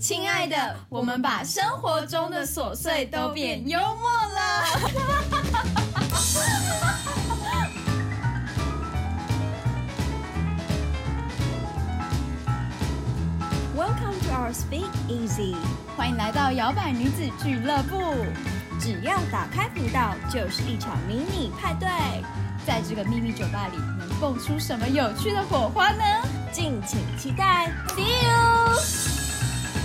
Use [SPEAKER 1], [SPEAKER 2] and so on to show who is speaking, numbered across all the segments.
[SPEAKER 1] 亲爱的，我们把生活中的琐碎都变幽默了。
[SPEAKER 2] Welcome to our Speak Easy，
[SPEAKER 1] 欢迎来到摇摆女子俱乐部，
[SPEAKER 2] 只要打开频道，就是一场迷你派对，
[SPEAKER 1] 在这个秘密酒吧里，能蹦出什么有趣的火花呢
[SPEAKER 2] 敬请期待。
[SPEAKER 1] ？See you。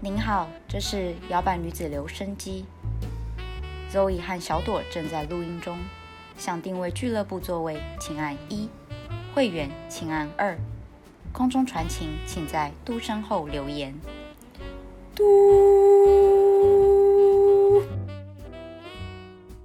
[SPEAKER 3] 您好，这是摇摆女子留声机。Zoe 和小朵正在录音中，想定位俱乐部座位，请按一；会员请按二；空中传情，请在嘟声后留言。嘟。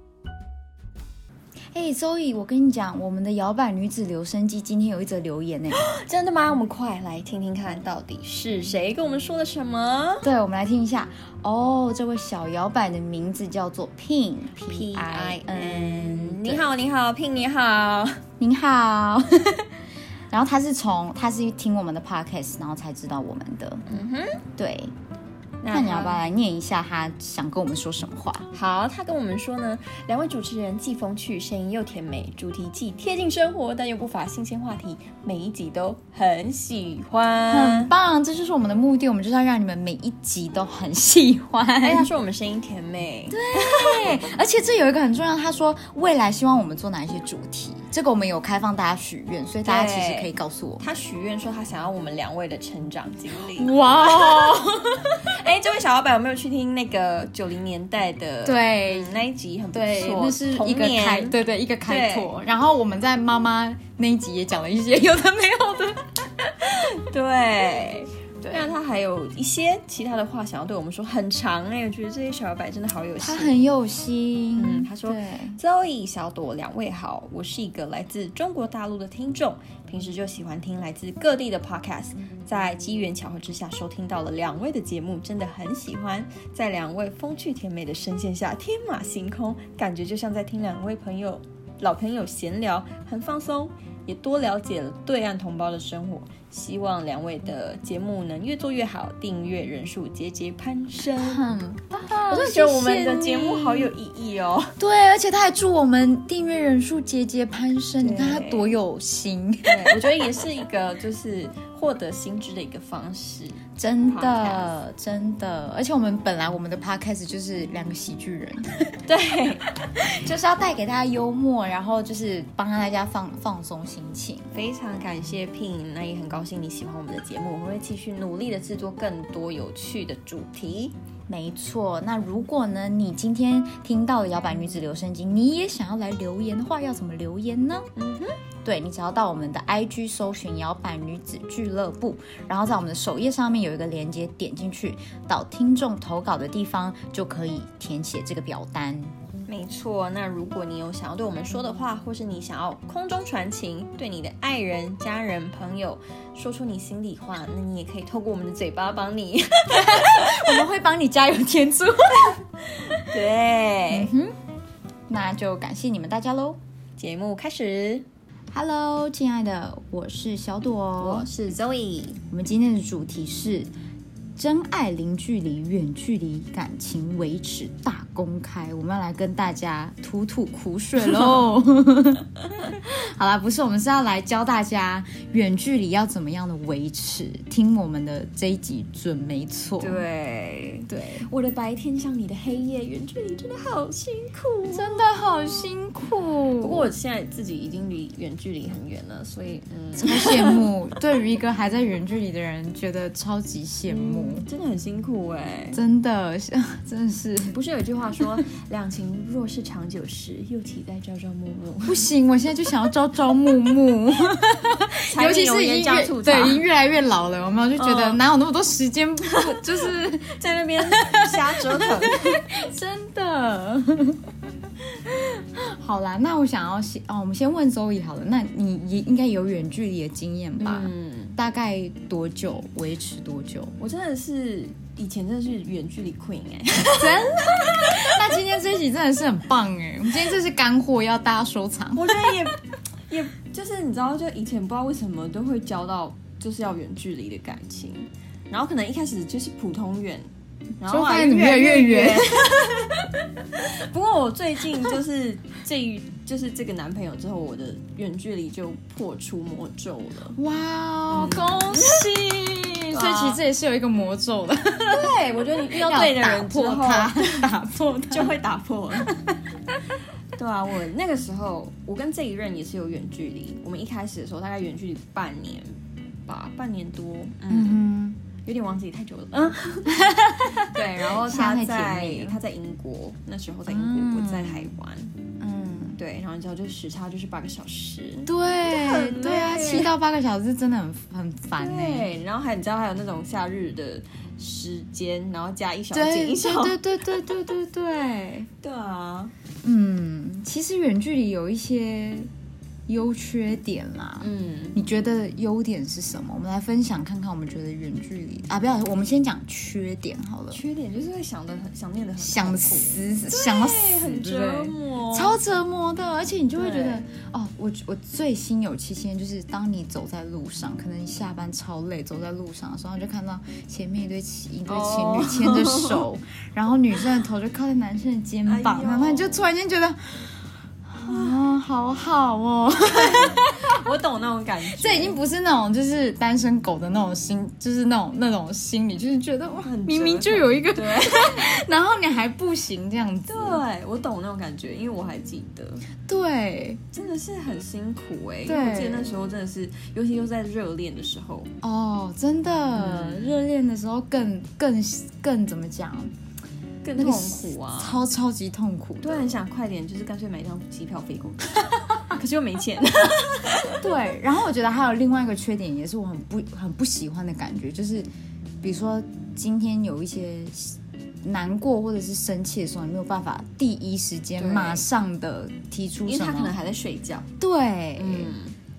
[SPEAKER 3] 哎、z o e 我跟你讲，我们的摇摆女子留声机今天有一则留言呢、
[SPEAKER 2] 真的吗？我们快来听听看，到底是谁跟我们说了什么
[SPEAKER 3] 对，我们来听一下哦。这位小摇摆的名字叫做 Pin
[SPEAKER 2] ？P
[SPEAKER 3] P
[SPEAKER 2] I
[SPEAKER 3] I
[SPEAKER 2] N，
[SPEAKER 3] N。
[SPEAKER 2] 你好，你好，Pin，你好。
[SPEAKER 3] 您好。 然后他是从他是听我们的 podcast，然后才知道我们 的。嗯哼，对。
[SPEAKER 1] 嗯
[SPEAKER 3] 那你要不要来念一下他想跟我们说什么话？
[SPEAKER 2] 好，他跟我们说呢，两位主持人既风趣，声音又甜美，主题既贴近生活，但又不乏新鲜话题，每一集都很喜欢
[SPEAKER 1] 嗯
[SPEAKER 3] 很。棒，这就是我们的目的，我们就是要让你们每一集都很喜欢。
[SPEAKER 2] 哎，他说我们声音甜美，对，
[SPEAKER 3] 对， 而且这有一个很重要，他说未来希望我们做哪一些主题，这个我们有开放大家许愿，所以大家其实可以告诉我们。
[SPEAKER 2] 他许愿说他想要我们两位的成长经历。
[SPEAKER 3] 哇哦！
[SPEAKER 2] 哎，这位小老板有没有去听那个九零年代的？
[SPEAKER 3] 对
[SPEAKER 2] 嗯，那一集很不错，
[SPEAKER 3] 对，那是一
[SPEAKER 2] 童
[SPEAKER 3] 个开，
[SPEAKER 2] 年。
[SPEAKER 3] 对对，一个开拓。然后我们在妈妈那一集也讲了一些 有的没有的。
[SPEAKER 2] 对。
[SPEAKER 3] 对
[SPEAKER 2] 那他还有一些其他的话想要对我们说，很长哎、我觉得这些小老板真的好有
[SPEAKER 3] 他。
[SPEAKER 2] 心
[SPEAKER 3] 很有心，
[SPEAKER 2] 嗯，他说
[SPEAKER 3] 对，
[SPEAKER 2] ：“Zoe 小朵两位好，我是一个来自中国大陆的听众，平时就喜欢听来自各地的 podcast，在机缘巧合之下收听到了两位的节目，真的很喜欢。在两位风趣甜美的声线下，天马行空，感觉就像在听两位朋友老朋友闲聊，很放松，也多了解了对岸同胞的生活。希望两位的节目能越做越好，订阅人数节节攀升。”
[SPEAKER 3] 很棒。
[SPEAKER 2] 我真的觉得我们的节目好有意义哦。
[SPEAKER 3] 对，而且他还祝我们订阅人数节节攀升，
[SPEAKER 2] 对
[SPEAKER 3] 你看他多有心，
[SPEAKER 2] 对，我觉得也是一个就是获得新知的一个方式。
[SPEAKER 3] 真的真的。而且我们本来我们的 podcast 就是两个喜剧 人，
[SPEAKER 2] 对，
[SPEAKER 3] 就是要带给大家幽默，然后就是帮大家放放松心情。
[SPEAKER 2] 非常感谢 Pin，那也很高兴你喜欢我们的节目，我们会继续努力的制作更多有趣的主题。
[SPEAKER 3] 没错，那如果呢，你今天听到了摇摆女子留声机，你也想要来留言的话，要怎么留言呢？
[SPEAKER 2] 嗯
[SPEAKER 3] 哼，对你只要到我们的 IG 搜寻摇摆女子俱乐部，然后在我们的首页上面有一个连接，点进去到听众投稿的地方就可以填写这个表单。
[SPEAKER 2] 没错，那如果你有想要对我们说的话，或是你想要空中传情，对你的爱人、家人、朋友说出你心里话，那你也可以透过我们的嘴巴帮你。
[SPEAKER 3] 我们会帮你加油添醋。
[SPEAKER 2] 对，
[SPEAKER 3] 那就感谢你们大家喽。
[SPEAKER 2] 节目开始，
[SPEAKER 3] Hello，亲爱的，我是小朵，
[SPEAKER 2] 我是 Zoe，
[SPEAKER 3] 我们今天的主题是真爱零距离，远距离感情维持大公开。我们要来跟大家吐吐苦水喽。 好啦，不是，我们是要来教大家远距离要怎么样的维持。听我们的这一集准没错。
[SPEAKER 2] 对。
[SPEAKER 3] 对，
[SPEAKER 2] 我的白天像你的黑夜，远距离真的好辛苦。
[SPEAKER 3] 真的好辛苦。
[SPEAKER 2] 不过我现在自己已经离远距离很远了，所以嗯，
[SPEAKER 3] 超羡慕，对于一个还在远距离的人，觉得超级羡慕。
[SPEAKER 2] 真的很辛苦哎、
[SPEAKER 3] 真的， 真的是
[SPEAKER 2] 不是有一句话 说，两情若是长 久时，又岂在朝朝暮暮？
[SPEAKER 3] 不行，我现在就想要朝朝暮暮。
[SPEAKER 2] 柴
[SPEAKER 3] 尤
[SPEAKER 2] 米
[SPEAKER 3] 其
[SPEAKER 2] 油
[SPEAKER 3] 是
[SPEAKER 2] 盐
[SPEAKER 3] 已
[SPEAKER 2] 酱
[SPEAKER 3] 经
[SPEAKER 2] 醋
[SPEAKER 3] 越
[SPEAKER 2] 茶
[SPEAKER 3] 对，已经越来越老了，我们就觉得
[SPEAKER 2] 嗯
[SPEAKER 3] 哪有那么多时间， 就是
[SPEAKER 2] 在那边瞎折腾。
[SPEAKER 3] 真的。 好啦，那我想要先哦，我们先问周怡好了。那你也应该有远距离的经验吧？
[SPEAKER 2] 嗯，
[SPEAKER 3] 大概多久维持多久？
[SPEAKER 2] 我真的是以前真的是远距离 queen 哎、
[SPEAKER 3] 那今天这一集真的是很棒哎，我们今天这是干货，要大家收藏。
[SPEAKER 2] 我觉得也也就是你知道，就以前不知道为什么都会交到就是要远距离的感情，然后可能一开始就是普通远，然后
[SPEAKER 3] 就
[SPEAKER 2] 后
[SPEAKER 3] 发
[SPEAKER 2] 来
[SPEAKER 3] 现怎么
[SPEAKER 2] 越来
[SPEAKER 3] 越来
[SPEAKER 2] 越
[SPEAKER 3] 越远。
[SPEAKER 2] 不过我最近就是这一就是这个男朋友之后，我的远距离就破除魔咒了。
[SPEAKER 3] 哇哦，
[SPEAKER 2] 嗯
[SPEAKER 3] 恭 喜！所以其实这也是有一个魔咒的，
[SPEAKER 2] 对，我觉得你遇到对的人之
[SPEAKER 3] 要打
[SPEAKER 2] 后
[SPEAKER 3] 破，它，打破它。
[SPEAKER 2] 就会打 破了。对啊，我那个时候我跟这一任也是有远距离，我们一开始的时候大概远距离半年吧，半年多，嗯，
[SPEAKER 3] 嗯，
[SPEAKER 2] 有点忘记太久了， 嗯，对，然后
[SPEAKER 3] 现在
[SPEAKER 2] 他
[SPEAKER 3] 太甜蜜
[SPEAKER 2] 在
[SPEAKER 3] 了
[SPEAKER 2] 他在英国，那时候在英
[SPEAKER 3] 嗯
[SPEAKER 2] 国，我在台湾，
[SPEAKER 3] 嗯，
[SPEAKER 2] 对，然后你知道就时差就是八个小时。
[SPEAKER 3] 对对啊，
[SPEAKER 2] 累
[SPEAKER 3] 七到八个小时真的很很烦哎。
[SPEAKER 2] 对，然后还你知道还有那种夏日的时间，然后加一小
[SPEAKER 3] 对
[SPEAKER 2] 进一小，
[SPEAKER 3] 对对对对对对，
[SPEAKER 2] 对啊，
[SPEAKER 3] 嗯，其实远距离有一些优缺点啦。
[SPEAKER 2] 嗯，
[SPEAKER 3] 你觉得优点是什么？我们来分享看看。我们觉得远距离啊，不要，我们先讲缺点好了。
[SPEAKER 2] 缺点就是会想的很想念的很
[SPEAKER 3] 想
[SPEAKER 2] 痛
[SPEAKER 3] 得
[SPEAKER 2] 苦
[SPEAKER 3] 死，想到
[SPEAKER 2] 对，
[SPEAKER 3] 死，对
[SPEAKER 2] 很
[SPEAKER 3] 不
[SPEAKER 2] 折
[SPEAKER 3] 对
[SPEAKER 2] 磨，
[SPEAKER 3] 超折磨的，而且你就会觉得
[SPEAKER 2] 哦对，
[SPEAKER 3] 哦，我我最心有戚戚焉，就是当你走在路上，可能你下班超累，走在路上的时候，然后就看到前面一对情一对情
[SPEAKER 2] 哦
[SPEAKER 3] 侣牵着手， 然后女生的头就靠在男生的肩膀
[SPEAKER 2] 哎，呦
[SPEAKER 3] 然后你就突然间觉得，啊，好好哦，
[SPEAKER 2] 我懂那种感觉，
[SPEAKER 3] 这已经不是那种就是单身狗的那种心，就是那种那种心理，就是觉得哇
[SPEAKER 2] 很，
[SPEAKER 3] 明明
[SPEAKER 2] 折
[SPEAKER 3] 就
[SPEAKER 2] 腾
[SPEAKER 3] 有一个，
[SPEAKER 2] 对
[SPEAKER 3] 然后你还不行这样子，
[SPEAKER 2] 对，我懂那种感觉，因为我还记得，
[SPEAKER 3] 对，
[SPEAKER 2] 真的是很辛苦哎、因
[SPEAKER 3] 对
[SPEAKER 2] 为我记得那时候真的是，尤其又在热恋的时候，
[SPEAKER 3] 哦，真的，
[SPEAKER 2] 嗯
[SPEAKER 3] 热恋的时候更更更怎么讲，
[SPEAKER 2] 更
[SPEAKER 3] 那
[SPEAKER 2] 痛
[SPEAKER 3] 个
[SPEAKER 2] 苦啊。
[SPEAKER 3] 超超级痛苦的。
[SPEAKER 2] 对，很想快点，就是干脆买一张机票飞过去，可是又没 钱。
[SPEAKER 3] 对，然后我觉得还有另外一个缺点，也是我很不很不喜欢的感觉，就是比如说今天有一些难过或者是生气的时候，你没有办法第一时间
[SPEAKER 2] 对
[SPEAKER 3] 马上的提出
[SPEAKER 2] 因为
[SPEAKER 3] 什
[SPEAKER 2] 他可能
[SPEAKER 3] 么，
[SPEAKER 2] 还在睡觉。
[SPEAKER 3] 对，
[SPEAKER 2] 嗯，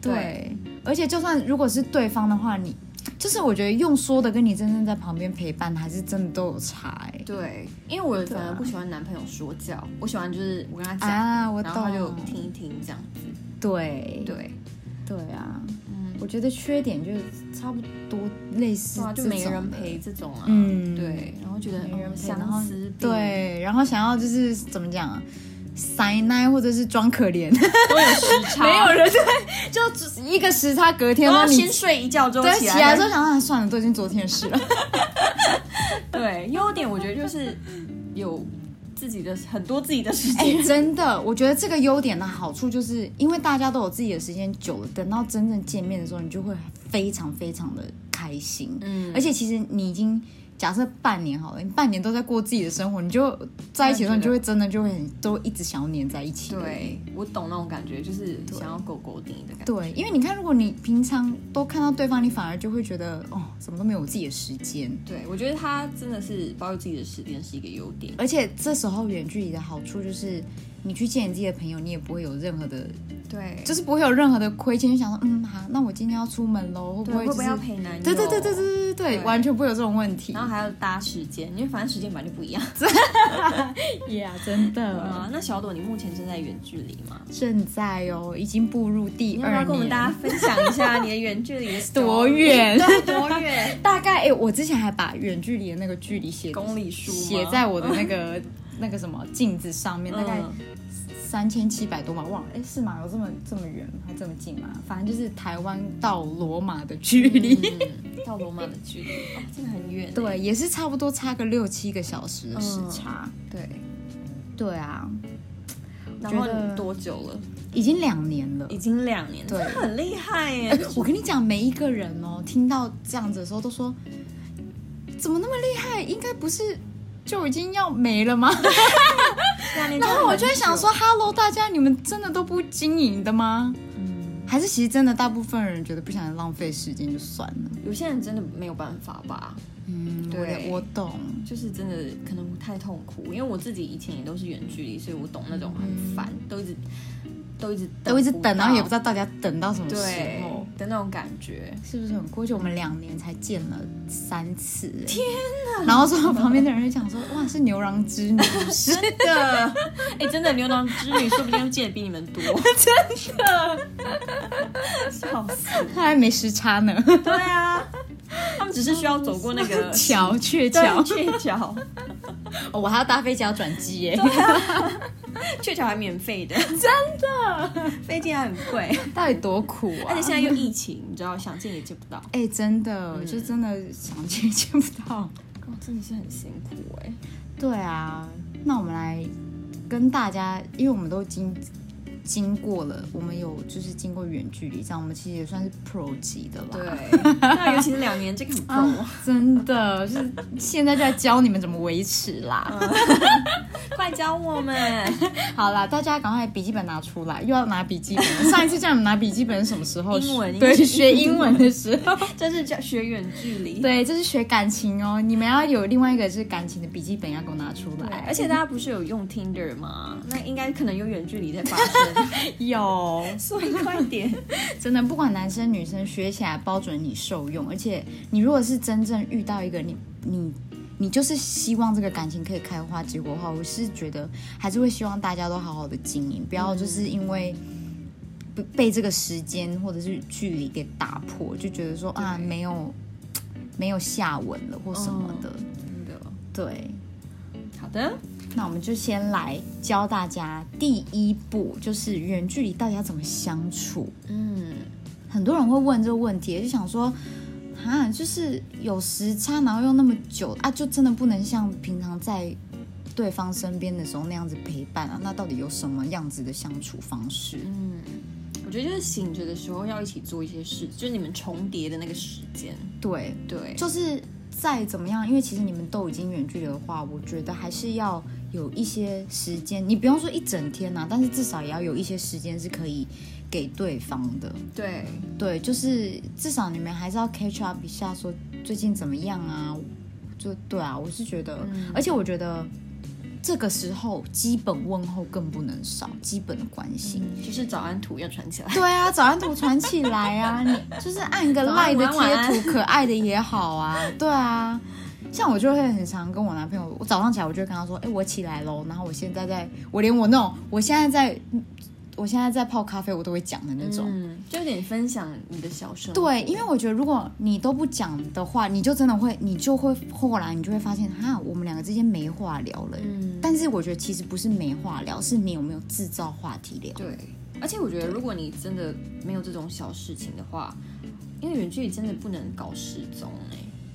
[SPEAKER 3] 对，而且就算如果是对方的话，你就是我觉得用说的跟你真正在旁边陪伴，还是真的都有差欸
[SPEAKER 2] 对，因为我反而不喜欢男朋友说教，我喜欢就是我跟他讲，
[SPEAKER 3] 啊，我
[SPEAKER 2] 然
[SPEAKER 3] 懂，
[SPEAKER 2] 后他就听一听这样子。
[SPEAKER 3] 对
[SPEAKER 2] 对，
[SPEAKER 3] 对啊，
[SPEAKER 2] 嗯，
[SPEAKER 3] 我觉得缺点就是差不多类似
[SPEAKER 2] 对啊，就
[SPEAKER 3] 这
[SPEAKER 2] 没
[SPEAKER 3] 种
[SPEAKER 2] 人
[SPEAKER 3] 的
[SPEAKER 2] 陪这种啊。
[SPEAKER 3] 嗯
[SPEAKER 2] 对，然后觉得
[SPEAKER 3] 没人
[SPEAKER 2] 嗯
[SPEAKER 3] 陪，然
[SPEAKER 2] 相
[SPEAKER 3] 后
[SPEAKER 2] 思病，
[SPEAKER 3] 对，然后想要就是怎么讲啊，塞奶或者是装可怜，
[SPEAKER 2] 都有 时差，
[SPEAKER 3] 没有人对，就只一个时差，隔天
[SPEAKER 2] 然
[SPEAKER 3] 后
[SPEAKER 2] 后
[SPEAKER 3] 你
[SPEAKER 2] 先睡一觉之后
[SPEAKER 3] 对
[SPEAKER 2] 起
[SPEAKER 3] 起
[SPEAKER 2] 来，
[SPEAKER 3] 来之后想啊，算了，都已经昨天的事了，
[SPEAKER 2] 对，优点我觉得就是有自己的很多自己的时
[SPEAKER 3] 哎
[SPEAKER 2] 间，，
[SPEAKER 3] 真的，我觉得这个优点的好处就是，因为大家都有自己的时间，久了，等到真正见面的时候，你就会非常非常的开心。
[SPEAKER 2] 嗯
[SPEAKER 3] 而且其实你已经假设半年好了，你半年都在过自己的生活，你就在一起的时候，你
[SPEAKER 2] 那觉得
[SPEAKER 3] 就会真的就会很都一直想要黏在一起。
[SPEAKER 2] 对我懂那种感觉，就是想要狗狗定的感觉，
[SPEAKER 3] 对，因为你看，如果你平常都看到对方，你反而就会觉得哦，怎么都没有我自己的时间。
[SPEAKER 2] 对我觉得他真的是保有自己的时间是一个优点，
[SPEAKER 3] 而且这时候远距离的好处就是，你去见你自己的朋友，你也不会有任何的
[SPEAKER 2] 对，
[SPEAKER 3] 就是不会有任何的亏欠，就想说，嗯，好，那我今天要出门喽，会不
[SPEAKER 2] 对
[SPEAKER 3] 会
[SPEAKER 2] 会
[SPEAKER 3] 就
[SPEAKER 2] 不
[SPEAKER 3] 是？
[SPEAKER 2] 会要陪男友？
[SPEAKER 3] 对对对对对。对对对，
[SPEAKER 2] 对
[SPEAKER 3] 完全不会有这种问题
[SPEAKER 2] 然。后还要搭时间，因为反正时间本来就不一样。
[SPEAKER 3] 呀，真
[SPEAKER 2] 啊，那小朵，你目前正在远距离吗？
[SPEAKER 3] 正在哦，已经步入第
[SPEAKER 2] 你要
[SPEAKER 3] 二
[SPEAKER 2] 不
[SPEAKER 3] 年。
[SPEAKER 2] 要跟我们大家分享一下你的远距离的
[SPEAKER 3] 多
[SPEAKER 2] story？
[SPEAKER 3] 远
[SPEAKER 2] 对，多远？
[SPEAKER 3] 大概哎、我之前还把远距离的那个距离写
[SPEAKER 2] 公里数 吗
[SPEAKER 3] 写在我的那 个那个什么镜子上面，大概
[SPEAKER 2] 嗯
[SPEAKER 3] 三千七百多吧，忘了，哎、是吗？有这么这么远还这么近吗？反正就是台湾到罗马的距离。
[SPEAKER 2] 嗯到罗马的距离，哦真的很远欸。
[SPEAKER 3] 对，也是差不多差个六七个小时的时
[SPEAKER 2] 嗯
[SPEAKER 3] 差。
[SPEAKER 2] 对，
[SPEAKER 3] 对啊，
[SPEAKER 2] 然后
[SPEAKER 3] 觉得
[SPEAKER 2] 你多久了？
[SPEAKER 3] 已经两年了。
[SPEAKER 2] 已经两年，
[SPEAKER 3] 对
[SPEAKER 2] 真的很厉害耶
[SPEAKER 3] 哎！ 我跟你讲，每一个人哦，听到这样子的时候都说，怎么那么厉害？应该不是就已经要没了吗？
[SPEAKER 2] 两年，哦
[SPEAKER 3] 然后我就会想，说，Hello，大家，你们真的都不经营的吗？还是其实真的大部分人觉得不想浪费时间就算了。
[SPEAKER 2] 有些人真的没有办法吧，
[SPEAKER 3] 嗯，
[SPEAKER 2] 对
[SPEAKER 3] 我我懂。
[SPEAKER 2] 就是真的可能太痛苦，因为我自己以前也都是远距离，所以我懂那种很烦，都一直都一直
[SPEAKER 3] 嗯都一直等，然后也不知
[SPEAKER 2] 道
[SPEAKER 3] 道到底要等到什么时
[SPEAKER 2] 对
[SPEAKER 3] 候，
[SPEAKER 2] 的那种感觉。
[SPEAKER 3] 是不是很过去？我们两年才见了三次、天哪！然后说旁边的人就讲说，哇，是牛郎织女，是不是
[SPEAKER 2] 的， 哎、真的牛郎织女说不定见的比你们 多，真的，笑死。
[SPEAKER 3] 他还没时差 呢，
[SPEAKER 2] 对啊，他们只是需要走过那 个
[SPEAKER 3] 桥鹊
[SPEAKER 2] 对
[SPEAKER 3] 桥，
[SPEAKER 2] 鹊桥，
[SPEAKER 3] 哦我还要搭飞机要转机 耶，
[SPEAKER 2] 鹊桥还免费的， 真的，飞机还很贵，
[SPEAKER 3] 到底多苦啊！
[SPEAKER 2] 而且现在又疫情，你知道想见也见不到，
[SPEAKER 3] 哎、真的，就真的想见见不到。
[SPEAKER 2] 哦，真的是很辛苦哎、
[SPEAKER 3] 对啊，那我们来跟大家，因为我们都经经过了，我们有就是经过远距离，这样我们其实也算是 pro 级的啦。
[SPEAKER 2] 对，那尤其是两年，这个很够，
[SPEAKER 3] 真的，就是现在就在教你们怎么维持啦。
[SPEAKER 2] 快教我们，
[SPEAKER 3] 好啦，大家赶快笔记本拿出来，又要拿笔记本。上一次叫你们拿笔记本是什么时候？
[SPEAKER 2] 英文
[SPEAKER 3] 对，
[SPEAKER 2] 英文
[SPEAKER 3] 学英文的时候。
[SPEAKER 2] 这是叫学远距离。
[SPEAKER 3] 对，这是学感情哦，你们要有另外一个就是感情的笔记本要给我拿出
[SPEAKER 2] 对
[SPEAKER 3] 来。
[SPEAKER 2] 而且大家不是有用 Tinder 吗？那应该可能有远距离在发生，
[SPEAKER 3] 有，
[SPEAKER 2] 所以快点。
[SPEAKER 3] 真的不管男生女生学起来，包准你受用。而且你如果是真正遇到一个你你你就是希望这个感情可以开花结果的话，我是觉得还是会希望大家都好好的经营，不要
[SPEAKER 2] 嗯
[SPEAKER 3] 就是因为。不被这个时间或者是距离给打破，就觉得说啊
[SPEAKER 2] 对
[SPEAKER 3] 没有没有下文了或什么的。
[SPEAKER 2] 真的，
[SPEAKER 3] 对，
[SPEAKER 2] 嗯好的，
[SPEAKER 3] 那我们就先来教大家第一步，就是远距离到底要怎么相处。
[SPEAKER 2] 嗯，
[SPEAKER 3] 很多人会问这个问题，就想说，啊，就是有时差，然后又那么久啊，就真的不能像平常在对方身边的时候那样子陪伴啊？那到底有什么样子的相处方式？
[SPEAKER 2] 嗯我觉得就是醒着的时候要一起做一些事，就是你们重叠的那个时间，
[SPEAKER 3] 对，
[SPEAKER 2] 对，
[SPEAKER 3] 就是再怎么样，因为其实你们都已经远距离的话，我觉得还是要有一些时间，你不用说一整天呐、但是至少也要有一些时间是可以给对方的。
[SPEAKER 2] 对，
[SPEAKER 3] 对，就是至少你们还是要 catch up 一下，说最近怎么样啊？就对啊，我是觉得，
[SPEAKER 2] 嗯
[SPEAKER 3] 而且我觉得这个时候基本问候更不能少，基本的关心。
[SPEAKER 2] 就是早安图要传起来，
[SPEAKER 3] 对啊，早安图传起来啊，你就是按个
[SPEAKER 2] 早安
[SPEAKER 3] 赖的
[SPEAKER 2] 晚
[SPEAKER 3] 贴
[SPEAKER 2] 安
[SPEAKER 3] 图，可爱的也好啊。对啊，像我就会很常跟我男朋友，我早上起来我就会跟他说，哎、我起来喽，然后我现在在，我连我那种我现在在，我现在在泡咖啡，我都会讲的那种。
[SPEAKER 2] 嗯，就有点分享你的小生活，
[SPEAKER 3] 对，因为我觉得如果你都不讲的话，你就真的会，你就会后来你就会发现，哈，我们两个之间没话聊了。
[SPEAKER 2] 嗯
[SPEAKER 3] 但是我觉得其实不是没话聊，是你有没有制造话题聊。
[SPEAKER 2] 对，而且我觉得如果你真的没有这种小事情的话，因为远距离真的不能搞失踪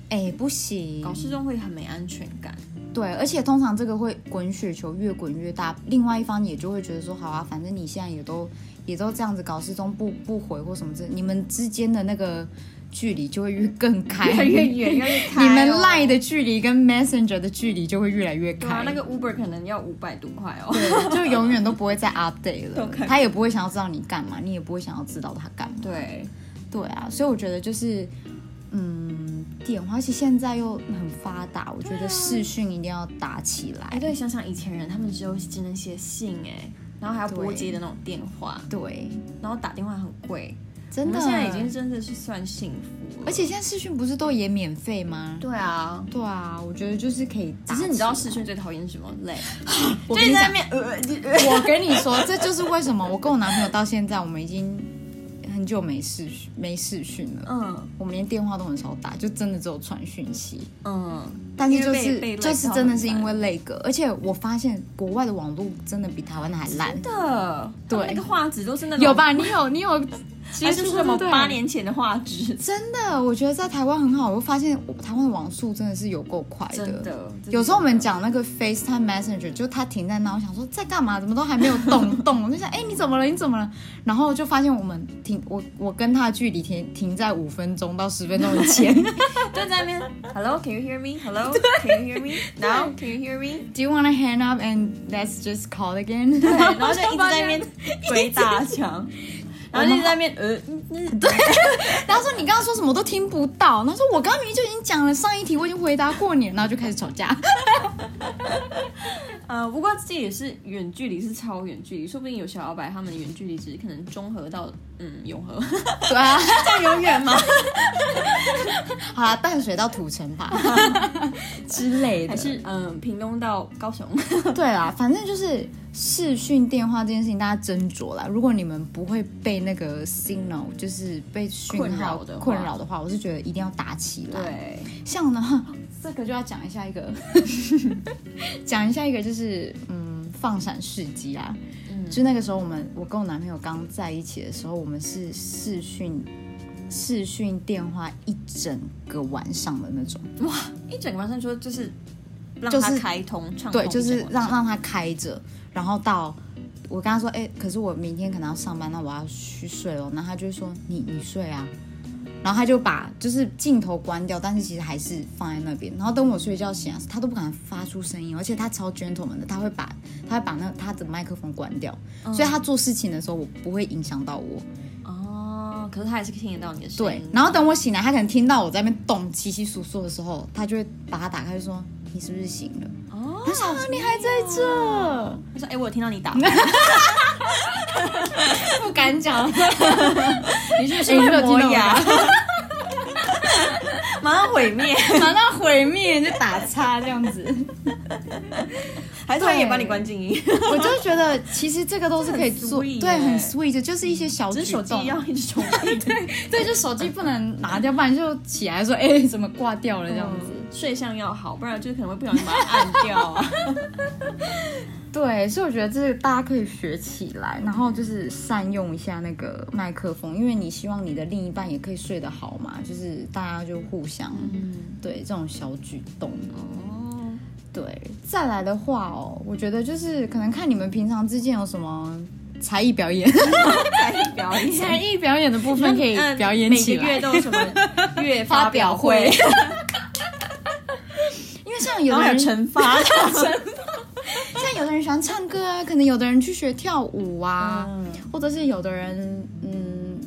[SPEAKER 2] 哎、
[SPEAKER 3] 哎，不行。
[SPEAKER 2] 搞失踪会很没安全感，
[SPEAKER 3] 对，而且通常这个会滚雪球，越滚越大，另外一方也就会觉得说，好啊，反正你现在也都也都这样子搞失踪不不回或什么之，你们之间的那个距离就会越更开，
[SPEAKER 2] 越来越远，越来越开、哦
[SPEAKER 3] 你们。赖的距离跟 Messenger 的距离就会越来越
[SPEAKER 2] 对
[SPEAKER 3] 开。
[SPEAKER 2] 啊，那个 Uber 可能要五百多块哦。
[SPEAKER 3] 对，就永远都不会再 update 了
[SPEAKER 2] OK
[SPEAKER 3] 他也不会想要知道你干嘛，你也不会想要知道他干嘛。
[SPEAKER 2] 对，
[SPEAKER 3] 对啊，所以我觉得就是，嗯，电话，而且现在又很发达，我觉
[SPEAKER 2] 啊
[SPEAKER 3] 得视讯一定要打起来。
[SPEAKER 2] 哎，对，想想以前人，他们只有只能写信哎，然后还要拨接的那种电话，
[SPEAKER 3] 对，
[SPEAKER 2] 然后打电话很贵。
[SPEAKER 3] 真的，
[SPEAKER 2] 我们现在已经，真的是算幸福了。
[SPEAKER 3] 而且现在视讯不是都也免费吗？
[SPEAKER 2] 对啊，
[SPEAKER 3] 对啊，我觉得就是可以打起
[SPEAKER 2] 只
[SPEAKER 3] 来。
[SPEAKER 2] 是你知道视讯最讨厌是什么 累，
[SPEAKER 3] 我
[SPEAKER 2] 就
[SPEAKER 3] 跟
[SPEAKER 2] 是
[SPEAKER 3] 你
[SPEAKER 2] 在
[SPEAKER 3] 讲
[SPEAKER 2] 那，边呃，
[SPEAKER 3] 我跟你说，这就是为什么我跟我男朋友到现在，我们已经很久没视讯没视讯了，
[SPEAKER 2] 嗯
[SPEAKER 3] 我们连电话都很少打，就真的只有传讯息。
[SPEAKER 2] 嗯，
[SPEAKER 3] 但是就
[SPEAKER 2] 因
[SPEAKER 3] 是
[SPEAKER 2] 为被被累
[SPEAKER 3] 就是
[SPEAKER 2] 到
[SPEAKER 3] 真的
[SPEAKER 2] 很
[SPEAKER 3] 是因为累格，而且我发现国外的网络真的比台湾的还烂，
[SPEAKER 2] 的，
[SPEAKER 3] 对
[SPEAKER 2] 他们那个画质都是那种
[SPEAKER 3] 有？吧？你有你有
[SPEAKER 2] 还
[SPEAKER 3] 接
[SPEAKER 2] 是
[SPEAKER 3] 触
[SPEAKER 2] 说
[SPEAKER 3] 过
[SPEAKER 2] 什么
[SPEAKER 3] 对不对
[SPEAKER 2] 八？年前的画质？
[SPEAKER 3] 真的，我觉得在台湾很好，我发现我台湾的网速真的是有够快的。
[SPEAKER 2] 真的，
[SPEAKER 3] 有时候我们讲那个 FaceTime Messenger，就它停在那，我想说在干嘛？怎么都还没有 动动？我就想，哎、你怎么了？你怎么了？然后就发现我们停，我我跟他的距离停停在五分钟到十分钟以 前。
[SPEAKER 2] 就在那 边，Hello，Can you hear me？Hello，Can you hear me？Now，Can you hear me？
[SPEAKER 3] Do you want to hang up and let's just call again？
[SPEAKER 2] 对，然后就一直在那边鬼打墙。然后就在那边呃，嗯嗯
[SPEAKER 3] 然后说你刚刚说什么我都听不到，然后说我刚刚明明就已经讲了上一题，我已经回答过你了，然后就开始吵架。
[SPEAKER 2] 呃，不过这也是远距离，是超远距离，说不定有小老板他们远距离只是可能综合到嗯永 和，
[SPEAKER 3] 对啊，
[SPEAKER 2] 这样永远吗？
[SPEAKER 3] 好啦，淡水到土城 吧，之类的。
[SPEAKER 2] 还是嗯屏东到高雄？
[SPEAKER 3] 对啦，反正就是视讯电话这件事情，大家斟酌啦。如果你们不会被那个 signal，就是被讯
[SPEAKER 2] 困
[SPEAKER 3] 号
[SPEAKER 2] 扰的话
[SPEAKER 3] 困扰的话，我是觉得一定要打起来。
[SPEAKER 2] 对，
[SPEAKER 3] 像呢， 这个就要讲一下一个， 讲一下一个就是嗯，放闪事迹啊。
[SPEAKER 2] 嗯
[SPEAKER 3] 就那个时候，我们我跟我男朋友刚在一起的时候，我们是视讯视讯电话一整个晚上的那种，
[SPEAKER 2] 一整个晚上说就是让
[SPEAKER 3] 就
[SPEAKER 2] 它
[SPEAKER 3] 是
[SPEAKER 2] 开通畅通
[SPEAKER 3] 对，
[SPEAKER 2] 一整晚上，
[SPEAKER 3] 就是让让他开着，然后到我跟他说，哎、可是我明天可能要上班，那我要去睡了，那他就说你你睡啊，然后他就把就是镜头关掉，但是其实还是放在那边，然后等我睡觉醒来，他都不敢发出声音，而且他超 gentleman 的，他会把他会把那他的麦克风关掉，
[SPEAKER 2] 嗯
[SPEAKER 3] 所以他做事情的时候我不会影响到我，
[SPEAKER 2] 哦，可是它还是听得到你的声
[SPEAKER 3] 对
[SPEAKER 2] 音，，
[SPEAKER 3] 然后等我醒来，他可能听到我在那边动稀稀疏疏的时候，他就会把它打开，就说你是不是醒了？
[SPEAKER 2] 哦，
[SPEAKER 3] 他想、啊、你还在这。
[SPEAKER 2] 他说哎，我有听到你打，
[SPEAKER 3] 不敢讲，
[SPEAKER 2] 你是
[SPEAKER 3] 哎你有听到我
[SPEAKER 2] 牙， 马上毁灭，
[SPEAKER 3] 马上毁灭就打叉这样子。
[SPEAKER 2] 还是他也把你关静音？
[SPEAKER 3] 我就觉得其实这个都是可以做，
[SPEAKER 2] 这很 sweet
[SPEAKER 3] 对，
[SPEAKER 2] 耶
[SPEAKER 3] 很 sweet 的，就是一些小
[SPEAKER 2] 只
[SPEAKER 3] 举
[SPEAKER 2] 是手机
[SPEAKER 3] 动。
[SPEAKER 2] 要一直充电，
[SPEAKER 3] 对，就手机不能拿掉，不然就起来说，哎、怎么挂掉了这
[SPEAKER 2] 这
[SPEAKER 3] 样
[SPEAKER 2] 样
[SPEAKER 3] 子
[SPEAKER 2] 子。睡相要好，不然就是可能会不小心把它按掉啊。
[SPEAKER 3] 对，所以我觉得这个大家可以学起来，然后就是善用一下那个麦克风，因为你希望你的另一半也可以睡得好嘛，就是大家就互相、对这种小举动。
[SPEAKER 2] 哦，
[SPEAKER 3] 对，再来的话哦，我觉得就是可能看你们平常之间有什么才艺表演，
[SPEAKER 2] 才艺表演，
[SPEAKER 3] 才艺表演的部分可以
[SPEAKER 2] 嗯
[SPEAKER 3] 表演起
[SPEAKER 2] 每个
[SPEAKER 3] 来
[SPEAKER 2] 月，都有什么 月
[SPEAKER 3] 发
[SPEAKER 2] 发
[SPEAKER 3] 表
[SPEAKER 2] 表
[SPEAKER 3] 会
[SPEAKER 2] 会，
[SPEAKER 3] 因为像有
[SPEAKER 2] 然后
[SPEAKER 3] 的
[SPEAKER 2] 还有
[SPEAKER 3] 人，
[SPEAKER 2] 惩 罚，哎
[SPEAKER 3] 像有的人喜欢唱歌啊，可能有的人去学跳舞啊，
[SPEAKER 2] 嗯
[SPEAKER 3] 或者是有的人，嗯，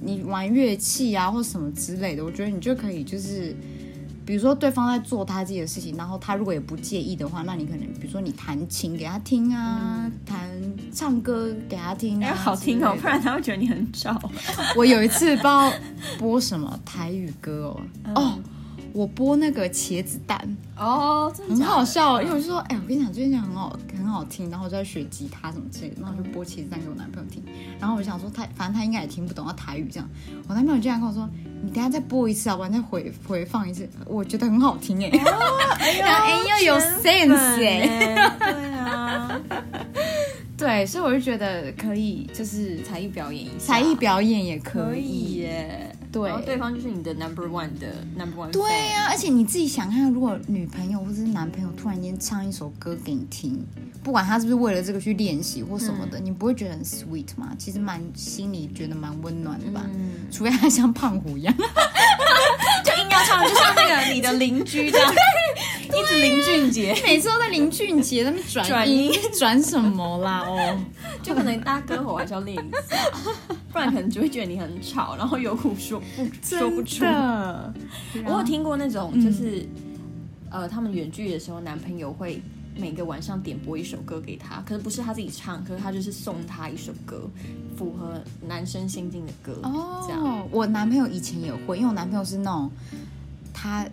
[SPEAKER 3] 你玩乐器啊或什么之类的，我觉得你就可以就是。比如说对方在做他自己的事情，然后他如果也不介意的话，那你可能比如说你弹琴给他听啊，弹唱歌给他听、啊，
[SPEAKER 2] 嗯哎，好听哦，
[SPEAKER 3] 之类的
[SPEAKER 2] 不然他会觉得你很吵。
[SPEAKER 3] 我有一次不知道播什么台语歌哦，
[SPEAKER 2] 嗯
[SPEAKER 3] 哦，我播那个茄子蛋，
[SPEAKER 2] 哦，真
[SPEAKER 3] 很好笑，因为我就说，哎、我跟你讲，最近很好，很好听，然后我就在学吉他什么之类的，然后我就播茄子蛋给我男朋友听，然后我想说他，反正他应该也听不懂，他台语这样，我男朋友竟然跟我说，你等一下再播一次啊，不然再回回放一次，我觉得很好听哎， 哎又有 sense 哎、
[SPEAKER 2] 欸对啊，
[SPEAKER 3] 对，所以我就觉得可以，就是
[SPEAKER 2] 才艺表演一下，
[SPEAKER 3] 才艺表演也
[SPEAKER 2] 可
[SPEAKER 3] 可
[SPEAKER 2] 以
[SPEAKER 3] 以，哦
[SPEAKER 2] 耶。
[SPEAKER 3] 对
[SPEAKER 2] 然后对方就是你的 number one 的 number one，
[SPEAKER 3] 对啊
[SPEAKER 2] fan
[SPEAKER 3] 呀、而且你自己想看，如果女朋友或者是男朋友突然间唱一首歌给你听，不管他是不是为了这个去练习或什么
[SPEAKER 2] 嗯
[SPEAKER 3] 的，你不会觉得很 sweet 吗？其实蛮心里觉得蛮温暖的吧，
[SPEAKER 2] 嗯
[SPEAKER 3] 除非他像胖虎 一样，
[SPEAKER 2] 就硬要唱，就像那个你的邻居这 样，一直林俊杰，
[SPEAKER 3] 每次都在林俊杰那边转
[SPEAKER 2] 转
[SPEAKER 3] 音
[SPEAKER 2] 音，
[SPEAKER 3] 转什么啦？ 哦，
[SPEAKER 2] 就可能大家歌喉还是要练一下，不然可能就会觉得你很吵，然后有苦说不说不
[SPEAKER 3] 真。
[SPEAKER 2] 出
[SPEAKER 3] 的啊
[SPEAKER 2] 我有听过那
[SPEAKER 3] 嗯
[SPEAKER 2] 种，就是、呃，他们远距离的时候，男朋友会每个晚上点播一首歌给她，可是不是他自己唱，可是他就是送她一首歌，符合男生心境的歌。这样
[SPEAKER 3] 哦，我男朋友以前也会，因为我男朋友是那种他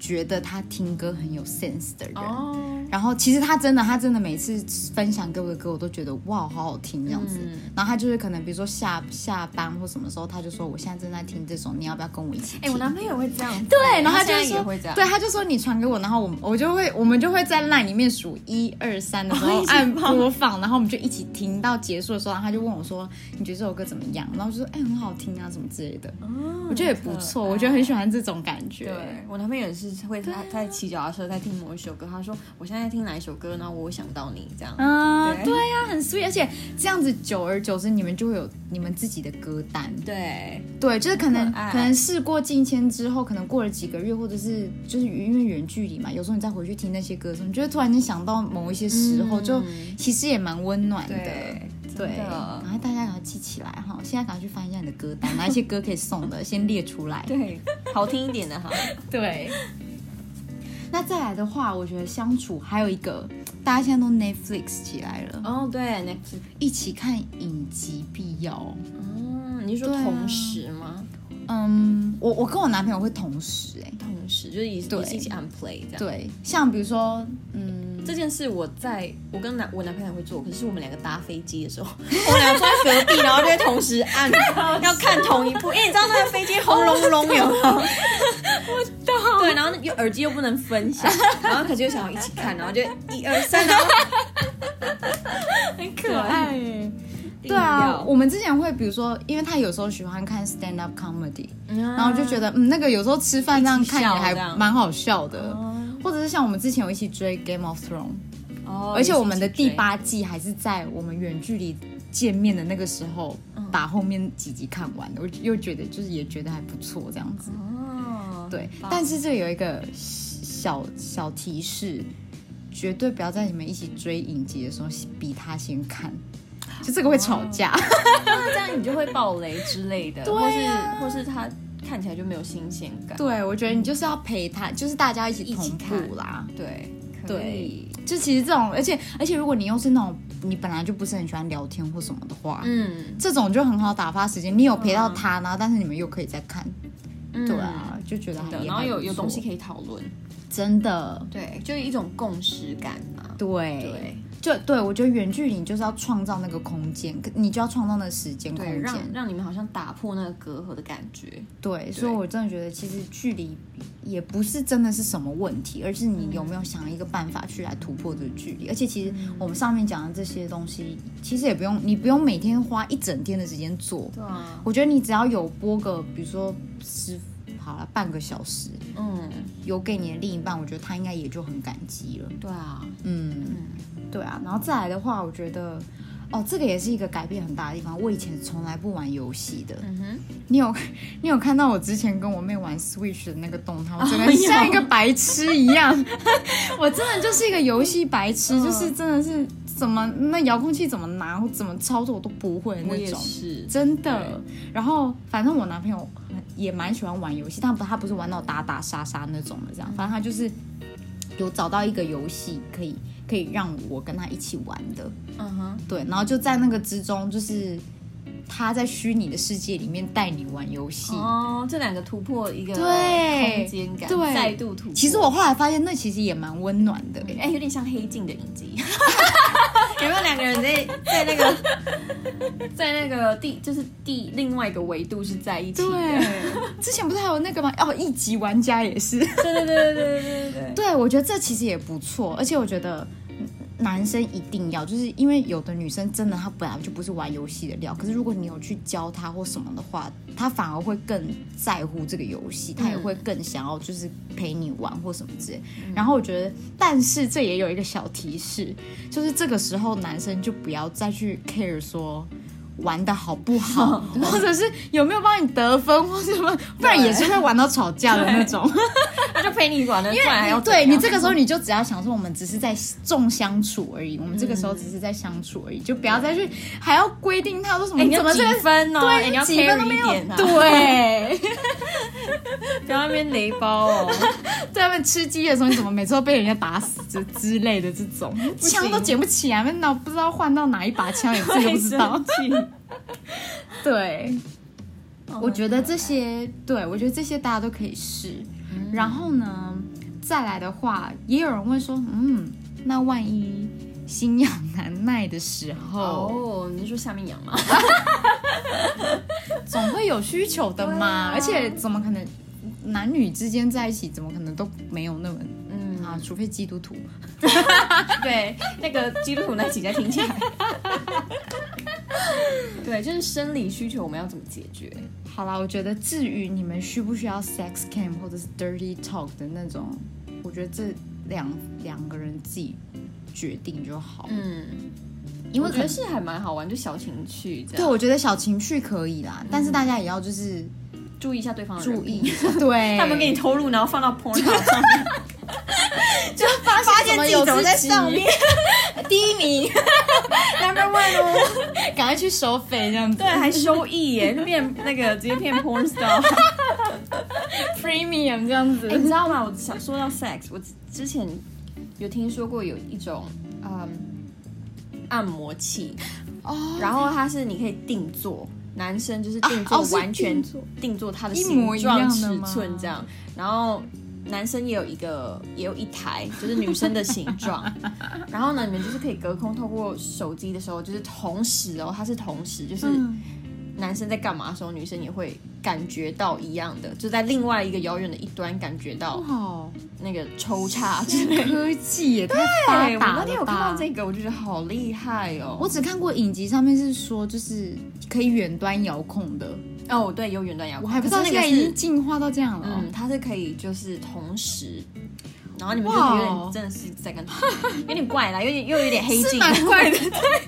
[SPEAKER 3] 觉得他听歌很有 sense 的人。
[SPEAKER 2] 哦，
[SPEAKER 3] 然后其实他真的，他真的每次分享给我的歌，我都觉得哇，好好听这样子。
[SPEAKER 2] 嗯
[SPEAKER 3] 然后他就是可能比如说下下班或什么时候，他就说我现在正在听这首，你要不要跟我一起听？
[SPEAKER 2] 哎、我男朋友会这样，
[SPEAKER 3] 对，然后他就
[SPEAKER 2] 现在
[SPEAKER 3] 说
[SPEAKER 2] 也会这样，
[SPEAKER 3] 对，，他就说你传给我，然后我我就会我们就会在 line 里面数一二三的时候
[SPEAKER 2] 哦一起
[SPEAKER 3] 按
[SPEAKER 2] 放
[SPEAKER 3] 播放，然后我们就一起听到结束的时候，然后他就问我说你觉得这首歌怎么样？然后我就说哎、很好听啊什么之类的，我觉得也不错，我觉得很喜欢这种感觉。
[SPEAKER 2] 对我男朋友也是会
[SPEAKER 3] 啊
[SPEAKER 2] 他在骑脚踏车在听某一首歌，他说我现在在听哪一首歌，然后我想到你这样。
[SPEAKER 3] 啊，
[SPEAKER 2] 对
[SPEAKER 3] 对呀、很 sweet，而且这样子久而久之，你们就会有你们自己的歌单。
[SPEAKER 2] 对，
[SPEAKER 3] 对，就是可能
[SPEAKER 2] 可爱
[SPEAKER 3] 可能事过境迁之后，可能过了几个月，或者是就是因为远距离嘛，有时候你再回去听那些歌的时候，你就会突然间想到某一些时候，
[SPEAKER 2] 嗯
[SPEAKER 3] 就其实也蛮温暖的。
[SPEAKER 2] 对，真真
[SPEAKER 3] 对，
[SPEAKER 2] 的
[SPEAKER 3] 赶快大家赶快记起来哈！现在赶快去翻一下你的歌单，哪一些歌可以送的，先列出 来。
[SPEAKER 2] 对，好听一 点的哈。
[SPEAKER 3] 对。那再来的话，我觉得相处还有一个，大家现在都 Netflix 起来了，
[SPEAKER 2] 哦，对，next，
[SPEAKER 3] 一起看影集必要。
[SPEAKER 2] 嗯，你是说
[SPEAKER 3] 对啊
[SPEAKER 2] 同时吗？
[SPEAKER 3] 嗯，我我跟我男朋友会同时哎、
[SPEAKER 2] 同时嗯就是也是
[SPEAKER 3] 对
[SPEAKER 2] 也是一起按 play 这样。
[SPEAKER 3] 对，像比如说，嗯，
[SPEAKER 2] 这件事我在我跟男我男朋友会做，可是我们两个搭飞机的 时候，我们两个坐在隔壁，然后就会同时按要看同一部，因为你知道那个飞机轰隆隆有 没有？我懂。对，然后又耳机又不能 分享，然后可是又想要一起看，然后就一二三，然后
[SPEAKER 3] 很
[SPEAKER 2] 可爱
[SPEAKER 3] 哎。
[SPEAKER 2] 一
[SPEAKER 3] 对
[SPEAKER 2] 定
[SPEAKER 3] 啊，
[SPEAKER 2] 要
[SPEAKER 3] 我们之前会比如说，因为他有时候喜欢看 stand up comedy，、
[SPEAKER 2] 然
[SPEAKER 3] 然后就觉得嗯，那个有时候吃饭这样看也
[SPEAKER 2] 一起笑
[SPEAKER 3] 还
[SPEAKER 2] 这样
[SPEAKER 3] 蛮好笑的，或者是像我们之前有一起追 Game of Thrones，、
[SPEAKER 2] 哦
[SPEAKER 3] 而且我们的第，八季还是在我们远距离见面的那个时候、
[SPEAKER 2] 嗯
[SPEAKER 3] 把后面几集看完的，我又觉得就是也觉得还不错这样子。
[SPEAKER 2] 哦，
[SPEAKER 3] 对，
[SPEAKER 2] 棒
[SPEAKER 3] 但是这有一个小小提示，绝对不要在你们一起追影集的时候比他先看，就这个会吵架。
[SPEAKER 2] 哦那这样你就会爆雷之类的，或
[SPEAKER 3] 对
[SPEAKER 2] 是
[SPEAKER 3] 啊
[SPEAKER 2] 或是他看起来就没有新鲜感，
[SPEAKER 3] 对，我觉得你就是要陪他，就是大家一起同步啦。
[SPEAKER 2] 对可以，
[SPEAKER 3] 对，就其实这种，而且而且如果你又是那种你本来就不是很喜欢聊天或什么的话，
[SPEAKER 2] 嗯，
[SPEAKER 3] 这种就很好打发时间。你有陪到他，然后但是你们又可以再看，对啊，就觉得
[SPEAKER 2] 嗯。
[SPEAKER 3] 很
[SPEAKER 2] 然后有有东西可以讨论，
[SPEAKER 3] 真的。
[SPEAKER 2] 对，就是一种共识感嘛。
[SPEAKER 3] 对，
[SPEAKER 2] 对
[SPEAKER 3] 就对我觉得远距离你就是要创造那个空间，可你就要创造那个时间空
[SPEAKER 2] 对，
[SPEAKER 3] 间。
[SPEAKER 2] 让让你们好像打破那个隔阂的感觉。
[SPEAKER 3] 对，所以我真的觉得其实距离也不是真的是什么问题，而是你
[SPEAKER 2] 嗯
[SPEAKER 3] 有没有想一个办法去来突破这个距离。而且其实我们上面讲的这些东西，其实也不用你不用每天花一整天的时间做。
[SPEAKER 2] 对啊，
[SPEAKER 3] 我觉得你只要有播个，比如说十好了半个小时，
[SPEAKER 2] 嗯，
[SPEAKER 3] 有给你的另一半，我觉得他应该也就很感激了。
[SPEAKER 2] 对啊，
[SPEAKER 3] 嗯，对啊，然后再来的话，我觉得，哦，这个也是一个改变很大的地方。我以前从来不玩游戏的，
[SPEAKER 2] 嗯哼，
[SPEAKER 3] 你有你有看到我之前跟我妹玩 Switch 的那个动态，我真
[SPEAKER 2] 哦
[SPEAKER 3] 的
[SPEAKER 2] 有
[SPEAKER 3] 像一个白痴一 样，我真的就是一个游戏白
[SPEAKER 2] 嗯
[SPEAKER 3] 痴，就是真的是怎么那遥控器怎么拿或怎么操作我都不会的
[SPEAKER 2] 我
[SPEAKER 3] 那
[SPEAKER 2] 也
[SPEAKER 3] 种。
[SPEAKER 2] 是，
[SPEAKER 3] 真的。然后反正我男朋友很也蛮喜欢玩游戏，但不他不是玩到打打杀杀那种的，这样，反正他就是有找到一个游戏可以可以让我跟他一起玩的，
[SPEAKER 2] 嗯哼，
[SPEAKER 3] 对，然后就在那个之中，就是他在虚拟的世界里面带你玩游戏。
[SPEAKER 2] 哦，这两个突破一个
[SPEAKER 3] 对
[SPEAKER 2] 空间感，
[SPEAKER 3] 对
[SPEAKER 2] 再度突破。
[SPEAKER 3] 其实我后来发现，那其实也蛮温暖的、欸
[SPEAKER 2] 哎、有点像黑镜的影集， 有没有两个人在在那个在那个第就是第另外一个维度是在一起的？
[SPEAKER 3] 对， 之前不是还有那个吗？哦，一级玩家也是。
[SPEAKER 2] 对对对对对对 对
[SPEAKER 3] 对，我觉得这其实也不错，而且我觉得嗯男生一定要，就是因为有的女生真的她本来就不是玩游戏的料，可是如果你有去教她或什么的话，她反而会更在乎这个游戏，她也会更想要就是陪你玩或什么之类。然后我觉得，但是这也有一个小提示，就是这个时候男生就不要再去 care 说。玩的好不好，或者是有没有帮你得分，或什么，不然也是会玩到吵架的那种。
[SPEAKER 2] 对，他就陪你玩了，因还要
[SPEAKER 3] 你对你这个时候你就只要想说，我们只是在重相处而已，我们这个时候只是在相处而已，就不要再去还要规定他说什么、
[SPEAKER 2] 哎、你
[SPEAKER 3] 怎
[SPEAKER 2] 要
[SPEAKER 3] 么
[SPEAKER 2] 几
[SPEAKER 3] 这个
[SPEAKER 2] 分哦？哎
[SPEAKER 3] 对、
[SPEAKER 2] 你要
[SPEAKER 3] 几分都
[SPEAKER 2] carry
[SPEAKER 3] 没
[SPEAKER 2] 一
[SPEAKER 3] 有，
[SPEAKER 2] 点啊，
[SPEAKER 3] 对，
[SPEAKER 2] 不要在那边雷包 哦。
[SPEAKER 3] 在外面吃鸡的时候，你怎么每次都被人家打死之之类的这种，
[SPEAKER 2] 行
[SPEAKER 3] 枪都捡不起来，那不知道换到哪一把枪，你自己都不知道。 对，我觉得这些，对我觉得这些大家都可以试。然后呢，再来的话，也有人问说，嗯，那万一心痒难耐的时候，
[SPEAKER 2] 哦，你是说下面痒吗？
[SPEAKER 3] 总会有需求的嘛。
[SPEAKER 2] 对啊
[SPEAKER 3] 而且怎么可能男女之间在一起，怎么可能都没有那么
[SPEAKER 2] 嗯，
[SPEAKER 3] 啊？除非基督徒。
[SPEAKER 2] 对，那个基督徒那几家听起来。 对，就是生理需求，我们要怎么解决？
[SPEAKER 3] 好啦，我觉得至于你们需不需要 sex cam 或者是 dirty talk 的那种，我觉得这两两个人自己决定就好了。
[SPEAKER 2] 嗯，
[SPEAKER 3] 因为
[SPEAKER 2] 我
[SPEAKER 3] 可能
[SPEAKER 2] 觉得是还蛮好玩，就小情趣这
[SPEAKER 3] 对，
[SPEAKER 2] 样，
[SPEAKER 3] 我觉得小情趣可以啦，
[SPEAKER 2] 嗯
[SPEAKER 3] 但是大家也要就是
[SPEAKER 2] 注意一下对方的人
[SPEAKER 3] 注
[SPEAKER 2] 品
[SPEAKER 3] 意，，对，
[SPEAKER 2] 他们给你偷录，然后放到 porn 上面，
[SPEAKER 3] 就发
[SPEAKER 2] 发
[SPEAKER 3] 现
[SPEAKER 2] 现
[SPEAKER 3] 怎么
[SPEAKER 2] 自己
[SPEAKER 3] 有
[SPEAKER 2] 走
[SPEAKER 3] 只
[SPEAKER 2] 在
[SPEAKER 3] 鸡
[SPEAKER 2] 上面， 第一名，
[SPEAKER 3] ，Number One 哦，啊赶快去收费这样子
[SPEAKER 2] 对，还收益耶，变那个直接变 porn star。
[SPEAKER 3] ，Premium 这样子
[SPEAKER 2] 欸你知道吗？我想说到 sex，我之前有听说过有一种嗯按摩器，
[SPEAKER 3] 哦，
[SPEAKER 2] 然后它是你可以定做，男生就是定
[SPEAKER 3] 啊
[SPEAKER 2] 做
[SPEAKER 3] 哦是
[SPEAKER 2] 完全
[SPEAKER 3] 定做
[SPEAKER 2] 定做他的
[SPEAKER 3] 一
[SPEAKER 2] 形
[SPEAKER 3] 模一
[SPEAKER 2] 状、
[SPEAKER 3] 样的
[SPEAKER 2] 尺
[SPEAKER 3] 吗
[SPEAKER 2] 寸这样，然后。男生也有一个，也有一台，就是女生的形状。 然后呢，你们就是可以隔空透过手机的时候，就是同时哦，它是同时，就是
[SPEAKER 3] 嗯
[SPEAKER 2] 男生在干嘛的时候，女生也会感觉到一样的，就在另外一个遥远的一端感觉到
[SPEAKER 3] 哇，
[SPEAKER 2] 那个抽插之类的。
[SPEAKER 3] 科技也太
[SPEAKER 2] 哎，
[SPEAKER 3] 发
[SPEAKER 2] 我
[SPEAKER 3] 达
[SPEAKER 2] 那
[SPEAKER 3] 了
[SPEAKER 2] 天
[SPEAKER 3] 吧！
[SPEAKER 2] 有看到这个，我就觉得好厉害哦。
[SPEAKER 3] 我只看过影集上面是说，就是可以远端遥控的，
[SPEAKER 2] 哦，对，有远端遥控，
[SPEAKER 3] 我还不知道
[SPEAKER 2] 可是
[SPEAKER 3] 现
[SPEAKER 2] 那
[SPEAKER 3] 在
[SPEAKER 2] 个
[SPEAKER 3] 已
[SPEAKER 2] 是
[SPEAKER 3] 经，进化到这样了哦。
[SPEAKER 2] 嗯，它是可以就是同时，然后你们就
[SPEAKER 3] 哇
[SPEAKER 2] 有
[SPEAKER 3] 哦
[SPEAKER 2] 点真的是在跟， 有点怪啦，有点又有点黑
[SPEAKER 3] 是
[SPEAKER 2] 镜，
[SPEAKER 3] 蛮怪的，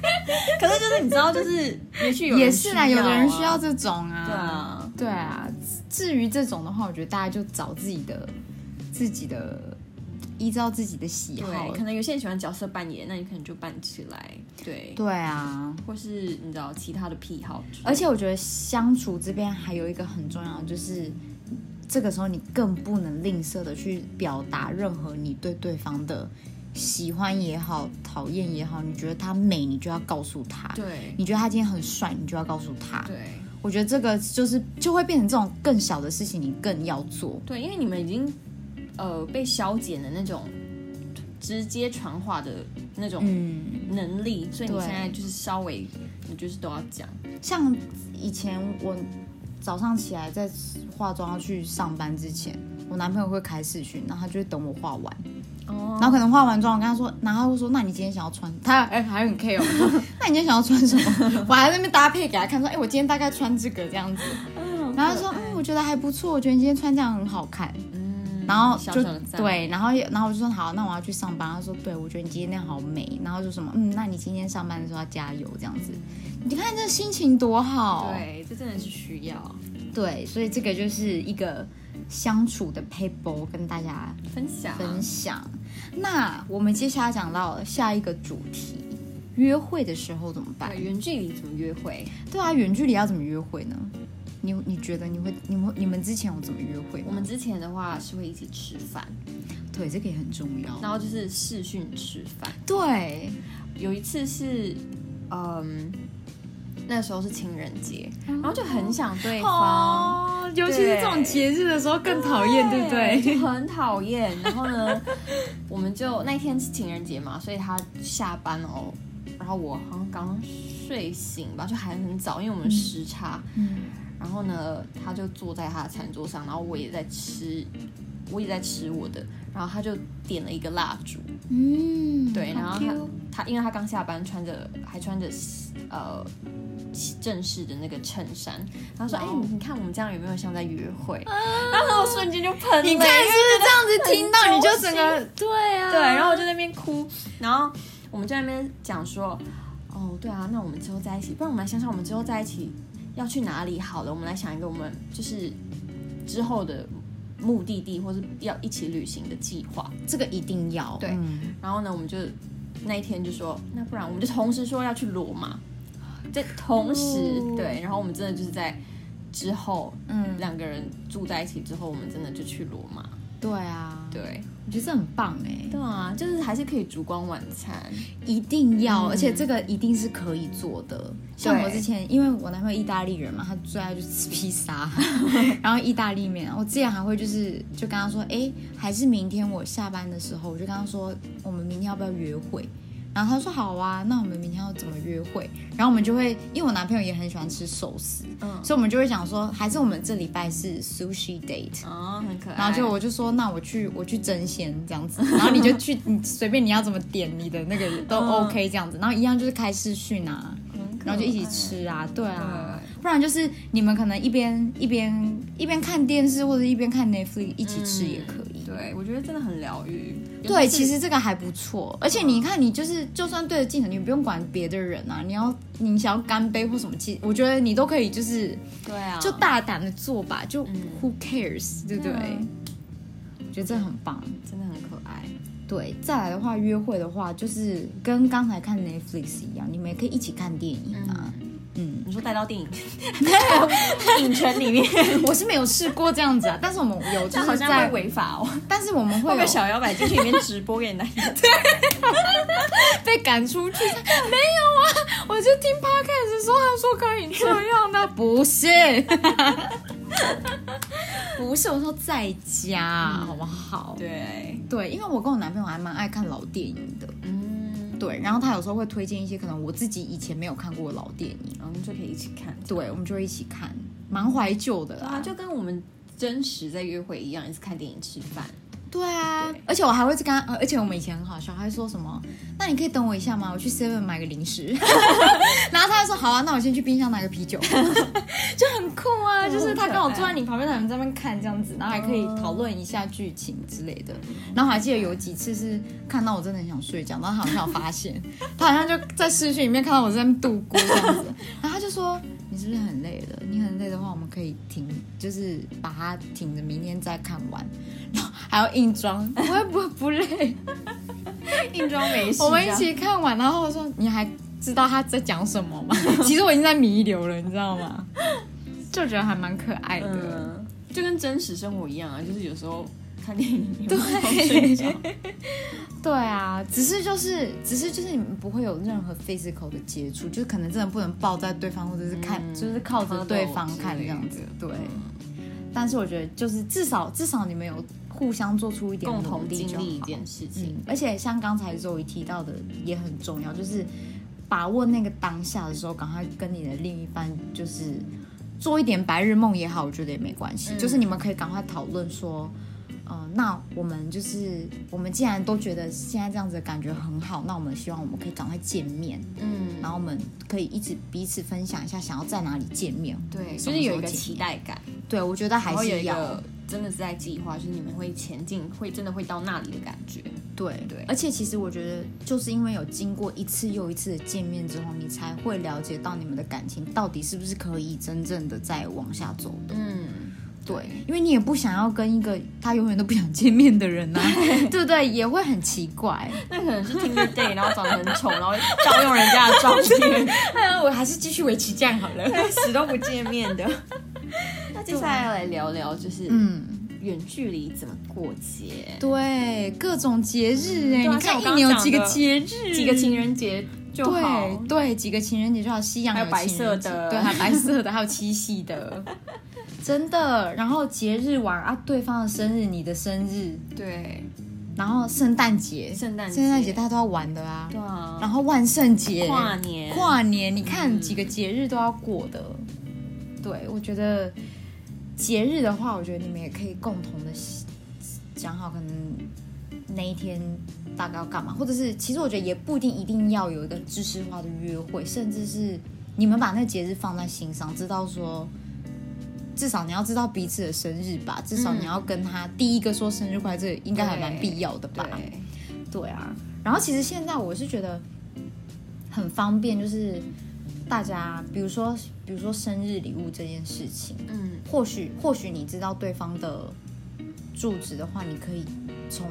[SPEAKER 2] 可是就是你知道，就是也许有人
[SPEAKER 3] 也是啦，
[SPEAKER 2] 需
[SPEAKER 3] 有
[SPEAKER 2] 要啊
[SPEAKER 3] 的人需要这种啊，
[SPEAKER 2] 对啊，
[SPEAKER 3] 对啊。至于这种的话，我觉得大家就找自己的、自己的，依照自己的喜好
[SPEAKER 2] 对，可。能有些人喜欢角色扮演，那你可能就扮起来，对，呃
[SPEAKER 3] 对啊，
[SPEAKER 2] 或是你知道其他的癖好之类的，
[SPEAKER 3] 而且我觉得相处这边还有一个很重要的，就是这个时候你更不能吝啬的去表达任何你对对方的喜欢也好、讨厌也好，你觉得他美，你就要告诉他；
[SPEAKER 2] 对
[SPEAKER 3] 你觉得他今天很帅，你就要告诉他。
[SPEAKER 2] 对。
[SPEAKER 3] 我觉得这个就是就会变成这种更小的事情，你更要做。
[SPEAKER 2] 对，因为你们已经呃被消减的那种直接传话的那种
[SPEAKER 3] 嗯，
[SPEAKER 2] 能力，所以你
[SPEAKER 3] 对
[SPEAKER 2] 现在就是稍微你就是都要讲，
[SPEAKER 3] 像以前我早上起来在化妆要去上班之前，我男朋友会开视讯，然后他就会等我化完。
[SPEAKER 2] 哦
[SPEAKER 3] 然后可能化完妆，我跟他说，然后他会说，那你今天想要穿？他哎、还很 care 我说，那你今天想要穿什么？ 我还在那边搭配给他看，说，哎、我今天大概穿这个这样子。
[SPEAKER 2] 哦
[SPEAKER 3] 然后他说，嗯，我觉得还不错，我觉得你今天穿这样很好看。
[SPEAKER 2] 嗯
[SPEAKER 3] 然后
[SPEAKER 2] 小
[SPEAKER 3] 就
[SPEAKER 2] 小的赞，
[SPEAKER 3] 对，然后然后我就说好，那我要去上班。他说对，我觉得你今天那样好美。然后就什么嗯，那你今天上班的时候要加油这样子。你看这心情多好，
[SPEAKER 2] 对，这真的是需要
[SPEAKER 3] 对，所以这个就是一个相处的 paper 跟大家
[SPEAKER 2] 分享，啊
[SPEAKER 3] 分享。那我们接下来讲到下一个主题，约会的时候怎么办
[SPEAKER 2] 对，？远距离怎么约会？
[SPEAKER 3] 对啊，远距离要怎么约会呢？你你觉得你会你会你们之前有怎么约会吗？
[SPEAKER 2] 我们之前的话是会一起吃饭，
[SPEAKER 3] 对这个也很重要。
[SPEAKER 2] 然后就是视讯吃饭。
[SPEAKER 3] 对，
[SPEAKER 2] 有一次是，嗯，那时候是情人节，然后就很想对方。
[SPEAKER 3] 哦，尤
[SPEAKER 2] 其是这种节
[SPEAKER 3] 日的时候更讨
[SPEAKER 2] 就？很讨厌。然后呢，我们就那一天是情人节嘛，所以他下班哦，然后我好像刚睡醒吧，就还很早，因为我们时差。
[SPEAKER 3] 嗯，
[SPEAKER 2] 然后呢，他就坐在他的餐桌上，然后我也在吃，我也在吃我的。然后他就点了一个蜡烛，
[SPEAKER 3] 嗯
[SPEAKER 2] 对，然后
[SPEAKER 3] 好 cute
[SPEAKER 2] 他他因为他刚下班，穿着还穿着呃正式的那个衬衫，他说：“哎、
[SPEAKER 3] 哇哦
[SPEAKER 2] 你你看我们这样有没有像在约会？” 然后我瞬间就喷了，
[SPEAKER 3] 你看是不是这样子听到你就整
[SPEAKER 2] 很
[SPEAKER 3] 个对啊
[SPEAKER 2] 对，然后我就在那边哭，然后我们就在那边讲说，哦，对啊，那我们之后在一起，不然我们来想想我们之后在一起要去哪里好了，我们来想一个我们就是之后的目的地或是要一起旅行的计划。
[SPEAKER 3] 这个一定要
[SPEAKER 2] 对
[SPEAKER 3] 嗯
[SPEAKER 2] 然后呢，我们就那一天就说，那不然我们就同时说要去罗马，在同时、
[SPEAKER 3] 哦
[SPEAKER 2] 对，然后我们真的就是在之后
[SPEAKER 3] 嗯，
[SPEAKER 2] 两个人住在一起之后，我们真的就去罗马，
[SPEAKER 3] 对啊，
[SPEAKER 2] 对，
[SPEAKER 3] 我觉得这很棒哎，
[SPEAKER 2] 对啊，就是还是可以烛光晚餐。
[SPEAKER 3] 一定要，
[SPEAKER 2] 嗯
[SPEAKER 3] 而且这个一定是可以做的。像我之前，因为我男朋友意大利人嘛，他最爱就吃披 萨，然后意大利面。我之前还会就是就跟他说，哎，还是明天我下班的时候，我就跟他说，我们明天要不要约会？然后他说好啊，那我们明天要怎么约会？然后我们就会，因为我男朋友也很喜欢吃寿司，
[SPEAKER 2] 嗯
[SPEAKER 3] 所以我们就会想说，还是我们这礼拜是 sushi date。
[SPEAKER 2] 哦，很可爱。
[SPEAKER 3] 然后就我就说，那我去我去争先这样子，然后你就去，你随便你要怎么点你的那个也都
[SPEAKER 2] 嗯
[SPEAKER 3] OK 这样子，然后一样就是开视讯啊，
[SPEAKER 2] 很可爱
[SPEAKER 3] 然后就一起。吃啊，对啊，
[SPEAKER 2] 嗯对
[SPEAKER 3] 不然就是你们可能一边一边一边看电视或者一边看 Netflix 一起吃也可以。
[SPEAKER 2] 对，我觉得真的很疗愈。
[SPEAKER 3] 对，
[SPEAKER 2] 尤
[SPEAKER 3] 其
[SPEAKER 2] 是
[SPEAKER 3] 实这个还不错，而且你看，你就是就算对着镜头，你不用管别的人啊，你要你想要干杯或什么，其实我觉得你都可以，就是
[SPEAKER 2] 对啊，
[SPEAKER 3] 就大胆的做吧，就
[SPEAKER 2] 嗯
[SPEAKER 3] Who cares，对不对？
[SPEAKER 2] 对啊
[SPEAKER 3] 我觉得这很棒。
[SPEAKER 2] 真的很可爱。
[SPEAKER 3] 对，再来的话，约会的话，就是跟刚才看 Netflix 一样，你们也可以一起看电影啊。嗯，
[SPEAKER 2] 你说带 到电影影城里面，
[SPEAKER 3] 嗯我是没有试过这样子啊，但是 我们有 就
[SPEAKER 2] 这
[SPEAKER 3] 是
[SPEAKER 2] 好像
[SPEAKER 3] 在
[SPEAKER 2] 会，违法哦。
[SPEAKER 3] 但是我们会
[SPEAKER 2] 会
[SPEAKER 3] 有
[SPEAKER 2] 不会小摇摆进去里面直播给你男友？
[SPEAKER 3] 被赶出去。没 有啊，我就听 podcast 的时候，他说可以这 样的，不是，不是，我说在家、好不好？
[SPEAKER 2] 对，
[SPEAKER 3] 对，因为我跟我男朋友还蛮爱看老电影的，
[SPEAKER 2] 嗯，
[SPEAKER 3] 对，然后他有时候会推荐一些可能我自己以前没有看过的老电影，
[SPEAKER 2] 然后就可以一起看。
[SPEAKER 3] 对，我啊们就会一起看，蛮怀旧的啦
[SPEAKER 2] 啊，。就跟我们真实在约会一样，也是看电影、吃饭。
[SPEAKER 3] 对啊
[SPEAKER 2] 对，
[SPEAKER 3] 而且我还会去跟他，呃而且我们以前很好笑，还会说什么，那你可以等我一下吗？我去 Seven 买个零食， 然后他就说好啊，那我先去冰箱拿个啤 酒，就很酷啊，就是他刚好坐在你旁边，他们在那边看这样子，然后还可以讨论一下剧情之类的。然后还记得有几次是看到我真的很想睡觉，然后他好像有发现，他好像就在视讯里面看到我在那边度孤这样 子，然后他就说。你是不是很累了？你很累的话，我们可以停，就是把它停着，明天再看完。然后还要硬装，我会不不累？
[SPEAKER 2] 硬装没 事
[SPEAKER 3] 我们一起看完，然后我说你还知道他在讲什么吗？ 其实我已经在弥留了，你知道吗？就觉得还蛮可爱的。
[SPEAKER 2] 嗯，就跟真实生活一样啊，就是有时候看电影对睡觉，
[SPEAKER 3] 对啊，只是就是只是就是你们不会有任何 physical 的接触，就是可能真的不能抱在对方，或者是看、
[SPEAKER 2] 嗯
[SPEAKER 3] 就是靠着对方看
[SPEAKER 2] 之
[SPEAKER 3] 这
[SPEAKER 2] 类的
[SPEAKER 3] 样子。对，但是我觉得就是至少至少你们有互相做出一点
[SPEAKER 2] 共
[SPEAKER 3] 努
[SPEAKER 2] 同
[SPEAKER 3] 力
[SPEAKER 2] 经
[SPEAKER 3] 就
[SPEAKER 2] 历一
[SPEAKER 3] 好
[SPEAKER 2] 件事情
[SPEAKER 3] 嗯。，而且像刚才周瑜提到的也很重要，就是把握那个当下的时候，赶快跟你的另一半就是做一点白日梦也好，我觉得也没关系，
[SPEAKER 2] 嗯
[SPEAKER 3] 就是你们可以赶快讨论说。呃，那我们就是我们既然都觉得现在这样子的感觉很好，那我们希望我们可以赶快见面，
[SPEAKER 2] 嗯，
[SPEAKER 3] 然后我们可以一直彼此分享一下想要在哪里见面。
[SPEAKER 2] 对，
[SPEAKER 3] 什
[SPEAKER 2] 就
[SPEAKER 3] 么
[SPEAKER 2] 是
[SPEAKER 3] 时候
[SPEAKER 2] 有一个
[SPEAKER 3] 见
[SPEAKER 2] 期待感，
[SPEAKER 3] 对，我觉得还
[SPEAKER 2] 然后有
[SPEAKER 3] 是
[SPEAKER 2] 一
[SPEAKER 3] 要
[SPEAKER 2] 个真的是在计划，就是你们会前进，会真的会到那里的感觉。
[SPEAKER 3] 对
[SPEAKER 2] 对
[SPEAKER 3] 而且其实我觉得，就是因为有经过一次又一次的见面之后，你才会了解到你们的感情到底是不是可以真正的再往下走的。
[SPEAKER 2] 嗯，
[SPEAKER 3] 对，因为你也不想要跟一个他永远都不想见面的人啊呐、 对不对？也会很奇怪。
[SPEAKER 2] 那可能是听着 day，然后长得很丑，然后盗用人家的照片，
[SPEAKER 3] 那 我还是继续维持这样好了。
[SPEAKER 2] 死都不见面的。那接下来要来聊聊，就是
[SPEAKER 3] 嗯，
[SPEAKER 2] 远距离怎么过节，
[SPEAKER 3] 对，各种节日哎、
[SPEAKER 2] 对啊
[SPEAKER 3] 你看
[SPEAKER 2] 像我
[SPEAKER 3] 一
[SPEAKER 2] 刚刚
[SPEAKER 3] 年有
[SPEAKER 2] 讲
[SPEAKER 3] 几个
[SPEAKER 2] 的
[SPEAKER 3] 节日，
[SPEAKER 2] 几个情人节就好。
[SPEAKER 3] 对对，几个情人节就要西洋
[SPEAKER 2] 还有白
[SPEAKER 3] 情人
[SPEAKER 2] 色
[SPEAKER 3] 节
[SPEAKER 2] 的
[SPEAKER 3] 对，还有白色的，还有七夕 的，真的。然后节日玩啊，对方的生日，你的生日，
[SPEAKER 2] 对
[SPEAKER 3] 然后圣诞节，
[SPEAKER 2] 圣诞
[SPEAKER 3] 圣诞节
[SPEAKER 2] 节
[SPEAKER 3] 大家都要玩的啊
[SPEAKER 2] 对，啊，
[SPEAKER 3] 然后万圣节，
[SPEAKER 2] 跨年
[SPEAKER 3] 跨年，你看
[SPEAKER 2] 嗯
[SPEAKER 3] 几个节日都要过的。对，我觉得节日的话，我觉得你们也可以共同的讲好，可能那一天大概要干嘛，或者是其实我觉得也不一定一定要有一个知识化的约会，甚至是你们把那个节日放在心上，知道说。至少你要知道彼此的生日吧，至少你要跟他第一个说生日快乐，这应该还蛮必要的吧。
[SPEAKER 2] 对，
[SPEAKER 3] 对啊，然后其实现在我是觉得很方便，就是大家，比如说，比如说生日礼物这件事情，
[SPEAKER 2] 嗯
[SPEAKER 3] 或许或许你知道对方的住址的话，你可以从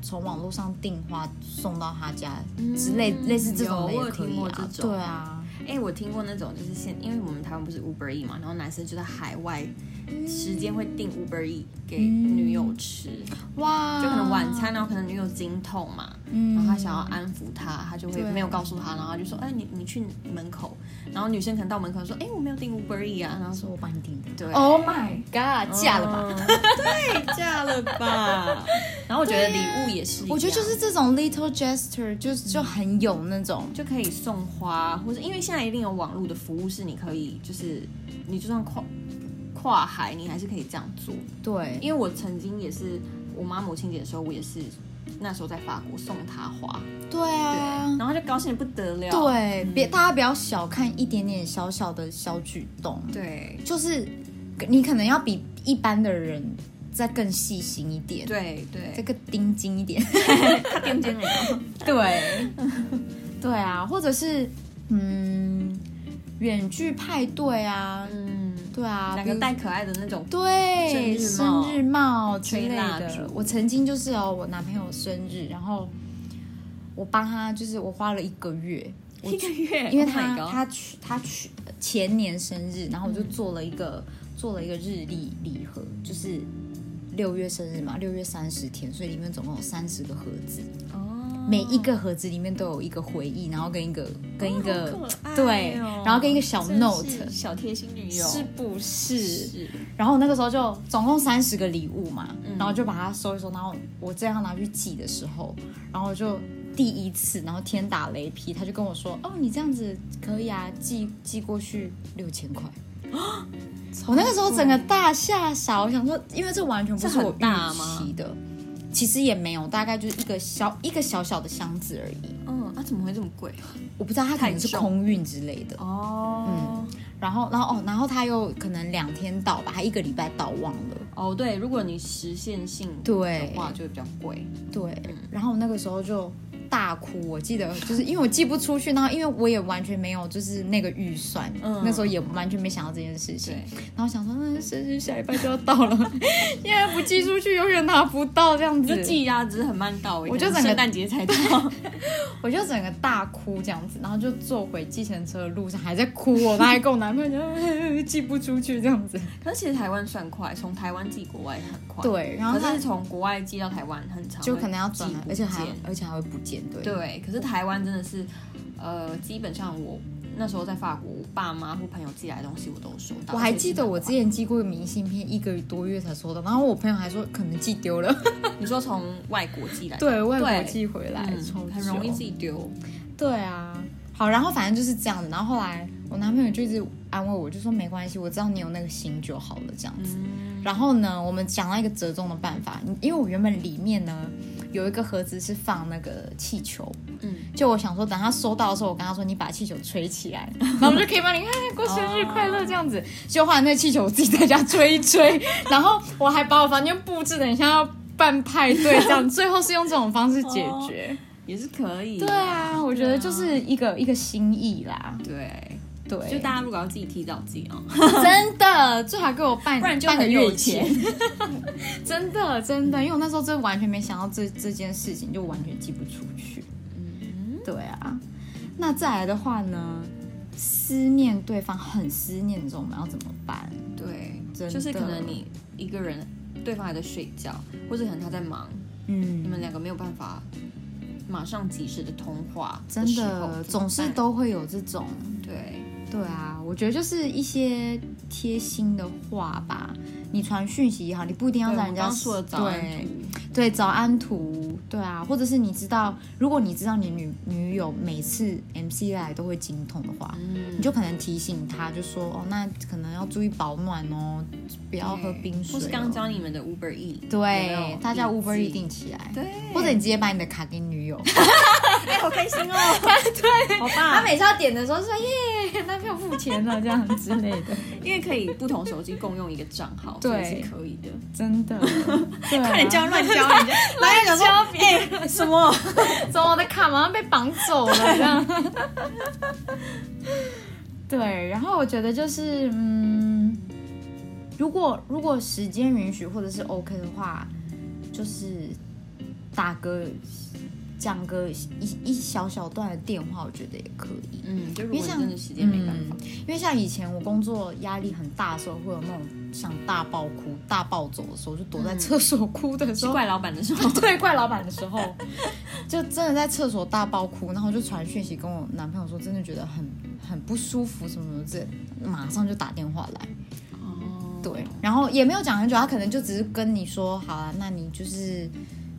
[SPEAKER 3] 从网络上订花送到他家之类、
[SPEAKER 2] 嗯
[SPEAKER 3] 类似这种的
[SPEAKER 2] 有
[SPEAKER 3] 也
[SPEAKER 2] 我有
[SPEAKER 3] 可
[SPEAKER 2] 听
[SPEAKER 3] 以
[SPEAKER 2] 过
[SPEAKER 3] 啊，
[SPEAKER 2] 这种
[SPEAKER 3] 对啊，
[SPEAKER 2] 哎、我听过那种，就是现，因为我们台湾不是 Uber E 嘛，然后男生就在海外时间会订 Uber E 给女友吃，
[SPEAKER 3] 哇，
[SPEAKER 2] 就可能晚餐，然后可能女友经痛嘛，
[SPEAKER 3] 啊嗯，
[SPEAKER 2] 然后他想要安抚她，他就会
[SPEAKER 3] 对嗯
[SPEAKER 2] 没有告诉她，然后他就说，哎、你你去门口，然后女生可能到门口说，哎、我没有订 Uber E 啊，然后
[SPEAKER 3] 说
[SPEAKER 2] 说，
[SPEAKER 3] 我帮你订的
[SPEAKER 2] 对，
[SPEAKER 3] ，Oh my God，嫁了吧。
[SPEAKER 2] 嗯 对，嫁了 吧。然后我觉得礼物也是一样，
[SPEAKER 3] 我觉得就是这种 little gesture，就是
[SPEAKER 2] 嗯
[SPEAKER 3] 就很有那种
[SPEAKER 2] 就可以送花，或者因为现在一定有网络的服务，是你可以就是你就算跨跨海，你还是可以这样做。
[SPEAKER 3] 对，
[SPEAKER 2] 因为我曾经也是我妈母亲节的时候，我也是那时候在法国送她花，
[SPEAKER 3] 对
[SPEAKER 2] 对，
[SPEAKER 3] 啊，
[SPEAKER 2] 然后就高兴的不得了。
[SPEAKER 3] 对，别、
[SPEAKER 2] 嗯
[SPEAKER 3] 大家不要小看一点点小小的小举动，
[SPEAKER 2] 对
[SPEAKER 3] 就是你可能要比一般的人再更细心一点，，
[SPEAKER 2] 对
[SPEAKER 3] 这
[SPEAKER 2] 对，
[SPEAKER 3] 个盯紧一 点，
[SPEAKER 2] 她垫肩了。
[SPEAKER 3] 对，对啊，或者是嗯，远距派对啊，
[SPEAKER 2] 嗯，
[SPEAKER 3] 对啊，
[SPEAKER 2] 两个
[SPEAKER 3] 比如
[SPEAKER 2] 戴可爱的那种，
[SPEAKER 3] 对
[SPEAKER 2] 生日帽
[SPEAKER 3] 日日帽之类
[SPEAKER 2] 吹蜡
[SPEAKER 3] 的
[SPEAKER 2] 烛。
[SPEAKER 3] 我曾经就是哦，我男朋友生日，然后我帮他，就是我花了一个月，我
[SPEAKER 2] 一个月，
[SPEAKER 3] 因为
[SPEAKER 2] Oh my
[SPEAKER 3] 他、
[SPEAKER 2] God 嗯
[SPEAKER 3] 他去他去前年生日，然后我就做了一个、做了一个日历礼盒，就是六月生日嘛，六月三十天，所以里面总共有三十个盒子，
[SPEAKER 2] 哦
[SPEAKER 3] 每一个盒子里面都有一个回忆，然后跟一个跟一个、
[SPEAKER 2] 好可爱哦
[SPEAKER 3] 对，然后跟一个小
[SPEAKER 2] 真是
[SPEAKER 3] note。
[SPEAKER 2] 小贴心女友
[SPEAKER 3] 是不是？
[SPEAKER 2] 是
[SPEAKER 3] 然后那个时候就总共三十个礼物嘛，
[SPEAKER 2] 嗯
[SPEAKER 3] 然后就把它收一收，然后我这样拿去寄的时候，然后就第一次，然后天打雷劈，他就跟我说：“哦，你这样子可以啊，寄寄过去六千块。”我那个时候整个大吓傻，我想说，因为这完全不是
[SPEAKER 2] 哦这很
[SPEAKER 3] 我
[SPEAKER 2] 大
[SPEAKER 3] 预
[SPEAKER 2] 吗
[SPEAKER 3] 期的，其实也没有，大概就是一个小一个小小的箱子而已。
[SPEAKER 2] 嗯，啊，怎么会这么贵？
[SPEAKER 3] 我不知道它可能是
[SPEAKER 2] 太重
[SPEAKER 3] 空运之类的，
[SPEAKER 2] 哦，
[SPEAKER 3] 然后，然后哦，然后他又可能两天到吧，他一个礼拜到忘了。
[SPEAKER 2] 哦，对，如果你实现性
[SPEAKER 3] 对
[SPEAKER 2] 的话，就会比较贵。
[SPEAKER 3] 对，
[SPEAKER 2] 嗯
[SPEAKER 3] 然后我那个时候就大哭，我记得就是因为我寄不出去，然后因为我也完全没有就是那个预算，
[SPEAKER 2] 嗯
[SPEAKER 3] 那时候也完全没想到这件事情
[SPEAKER 2] 对，
[SPEAKER 3] 然后想说，嗯，生日下礼拜就要到了， 现在不寄出去永远拿不到这样
[SPEAKER 2] 你就
[SPEAKER 3] 子，
[SPEAKER 2] 寄呀，只是很慢到位。
[SPEAKER 3] 我就
[SPEAKER 2] 可
[SPEAKER 3] 整
[SPEAKER 2] 能
[SPEAKER 3] 个
[SPEAKER 2] 圣诞节才到，
[SPEAKER 3] 我就整个大哭这样子，然后就坐回计程车的路上还在哭哦，然后还跟我男朋友讲、 哎寄不出去这样子，
[SPEAKER 2] 可是其实台湾算快，从台湾寄国外很快。，
[SPEAKER 3] 对，然后
[SPEAKER 2] 可
[SPEAKER 3] 他
[SPEAKER 2] 是从国外寄到台湾很长，
[SPEAKER 3] 就可能要转
[SPEAKER 2] 寄
[SPEAKER 3] 了，
[SPEAKER 2] 不
[SPEAKER 3] 而且还
[SPEAKER 2] 见
[SPEAKER 3] 而且还会不见，对。
[SPEAKER 2] 对，可是台湾真的是，呃，基本上我那时候在法国，我爸妈或朋友寄来的东西我都有收到。
[SPEAKER 3] 我还记得我之前寄过一个明信片，一个多月才收到，然后我朋友还说可能寄丢了，
[SPEAKER 2] 你说从外国寄来的，
[SPEAKER 3] 对，外国
[SPEAKER 2] 对
[SPEAKER 3] 寄回来，超
[SPEAKER 2] 嗯，很容易
[SPEAKER 3] 久
[SPEAKER 2] 自。己丢。
[SPEAKER 3] 对啊，好，然后反正就是这样子，然后后来我男朋友就一直安慰我，就说没关系，我知道你有那个心就好了，这样子。然后呢，我们讲到一个折中的办法，因为我原本里面呢有一个盒子是放那个气球，
[SPEAKER 2] 嗯，
[SPEAKER 3] 就我想说，等他收到的时候，我跟他说你把气球吹起来，然后我们就可以帮你看过生日快乐这样子。就后来那个气球我自己在家吹一吹，然后我还把我房间布置的很像要办派对这样，最后是用这种方式解决。
[SPEAKER 2] 也是可以。
[SPEAKER 3] 对啊，我觉得就是一个一个心意啦，
[SPEAKER 2] 对，
[SPEAKER 3] 对，
[SPEAKER 2] 就大家如果要自己提早寄啊，
[SPEAKER 3] 真的最好给我半
[SPEAKER 2] 不然就
[SPEAKER 3] 半个
[SPEAKER 2] 很有
[SPEAKER 3] 月以前， 真的真的，因为我那时候真的完全没想到这这件事情，就完全寄不出去。
[SPEAKER 2] 嗯
[SPEAKER 3] 对啊，那再来的话呢，思念对方很思念的时候，我们要怎么办？
[SPEAKER 2] 对，
[SPEAKER 3] 真的
[SPEAKER 2] 就是可能你一个人，对方还在睡觉，或者可能他在忙，你
[SPEAKER 3] 嗯，
[SPEAKER 2] 们两个没有办法马上及时的通话
[SPEAKER 3] 真
[SPEAKER 2] 时候
[SPEAKER 3] 的
[SPEAKER 2] 怎么
[SPEAKER 3] 总是
[SPEAKER 2] 办
[SPEAKER 3] 都会有这种，
[SPEAKER 2] 对。
[SPEAKER 3] 对啊，我觉得就是一些贴心的话吧。你传讯息也好，你不一定要
[SPEAKER 2] 对
[SPEAKER 3] 让
[SPEAKER 2] 我
[SPEAKER 3] 人家
[SPEAKER 2] 们刚说的早安
[SPEAKER 3] 对
[SPEAKER 2] 图，
[SPEAKER 3] 对，早安图，对啊，或者是你知道，如果你知道你女女友每次 MC 来都会精通的话，你
[SPEAKER 2] 嗯，
[SPEAKER 3] 就可能提醒她，就说哦，那可能要注意保暖哦，不要喝冰水、哦。
[SPEAKER 2] 嗯或是刚教你们的 Uber E，有没
[SPEAKER 3] 对
[SPEAKER 2] 有，
[SPEAKER 3] 大家 Uber
[SPEAKER 2] 笔
[SPEAKER 3] 一
[SPEAKER 2] 记
[SPEAKER 3] 定起来，
[SPEAKER 2] 对，
[SPEAKER 3] 或者你直接把你的卡给女友，
[SPEAKER 2] 哎，好开心哦， 对，好
[SPEAKER 3] 她
[SPEAKER 2] 棒，
[SPEAKER 3] 每次要点的时候说耶，男朋友付钱了这样之类的，
[SPEAKER 2] 因为可以不同手机共用一个账号，
[SPEAKER 3] 对
[SPEAKER 2] 所以是可以的。
[SPEAKER 3] 真 的，对、啊，快
[SPEAKER 2] 快点教乱教人家，
[SPEAKER 3] 男友说
[SPEAKER 2] 哎，什么？
[SPEAKER 3] 怎么我的卡马上被绑走了这样。 对，然后我觉得就是，嗯，如果如果时间允许或者是 OK 的话，就是打个讲个一一小小段的电话，我觉得也可以。
[SPEAKER 2] 嗯，就如
[SPEAKER 3] 因为
[SPEAKER 2] 果你
[SPEAKER 3] 像
[SPEAKER 2] 真的时间没办法，
[SPEAKER 3] 嗯，因为像以前我工作压力很大的时候，会有那种想大爆哭、大暴走的时候，就躲在厕所哭的时
[SPEAKER 2] 是
[SPEAKER 3] 候，，
[SPEAKER 2] 怪老板的时候
[SPEAKER 3] 对怪老板的时候，就真的在厕所大爆哭，然后我就传讯息跟我男朋友说，真的觉得很很不舒服什么的，这马上就打电话来，
[SPEAKER 2] 哦，
[SPEAKER 3] 对，然后也没有讲很久，他可能就只是跟你说，好啊，那你就是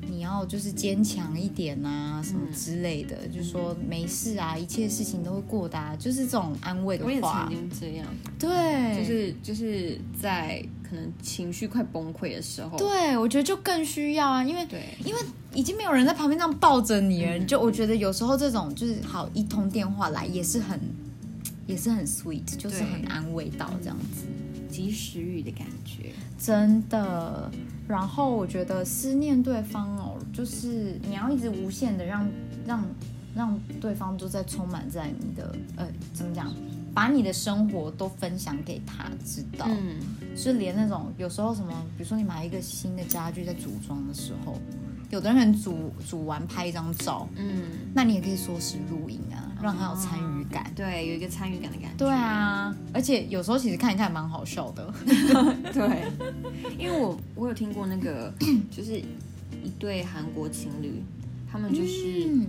[SPEAKER 3] 你要就是坚强一点啊，什么之类的，
[SPEAKER 2] 嗯
[SPEAKER 3] 就说没事啊，一切事情都会过的、啊，就是这种安慰的
[SPEAKER 2] 我也曾
[SPEAKER 3] 话，
[SPEAKER 2] 经这样，
[SPEAKER 3] 对，
[SPEAKER 2] 就是就是在可能情绪快崩溃的时候，
[SPEAKER 3] 对，我觉得就更需要啊，因为
[SPEAKER 2] 对
[SPEAKER 3] 因为已经没有人在旁边这样抱着你
[SPEAKER 2] 嗯
[SPEAKER 3] 了，你就我觉得有时候这种就是好一通电话来也是很也是很 sweet，就是
[SPEAKER 2] 对
[SPEAKER 3] 很安慰到这样子，
[SPEAKER 2] 及时雨的感觉，
[SPEAKER 3] 真的。然后我觉得思念对方哦，就是你要一直无限的让让让对方都在充满在你的呃怎么讲把你的生活都分享给他知道。
[SPEAKER 2] 嗯，
[SPEAKER 3] 就是连那种有时候什么，比如说你买一个新的家具在组装的时候，有的人组组完拍一张照，
[SPEAKER 2] 嗯，
[SPEAKER 3] 那你也可以说是录影啊，让他有参与感。
[SPEAKER 2] 对，有一个参与感的感觉。
[SPEAKER 3] 对啊，而且有时候其实看一看蛮好笑的。
[SPEAKER 2] 对，因为我我有听过那个，就是一对韩国情侣，他们就 是、
[SPEAKER 3] 嗯，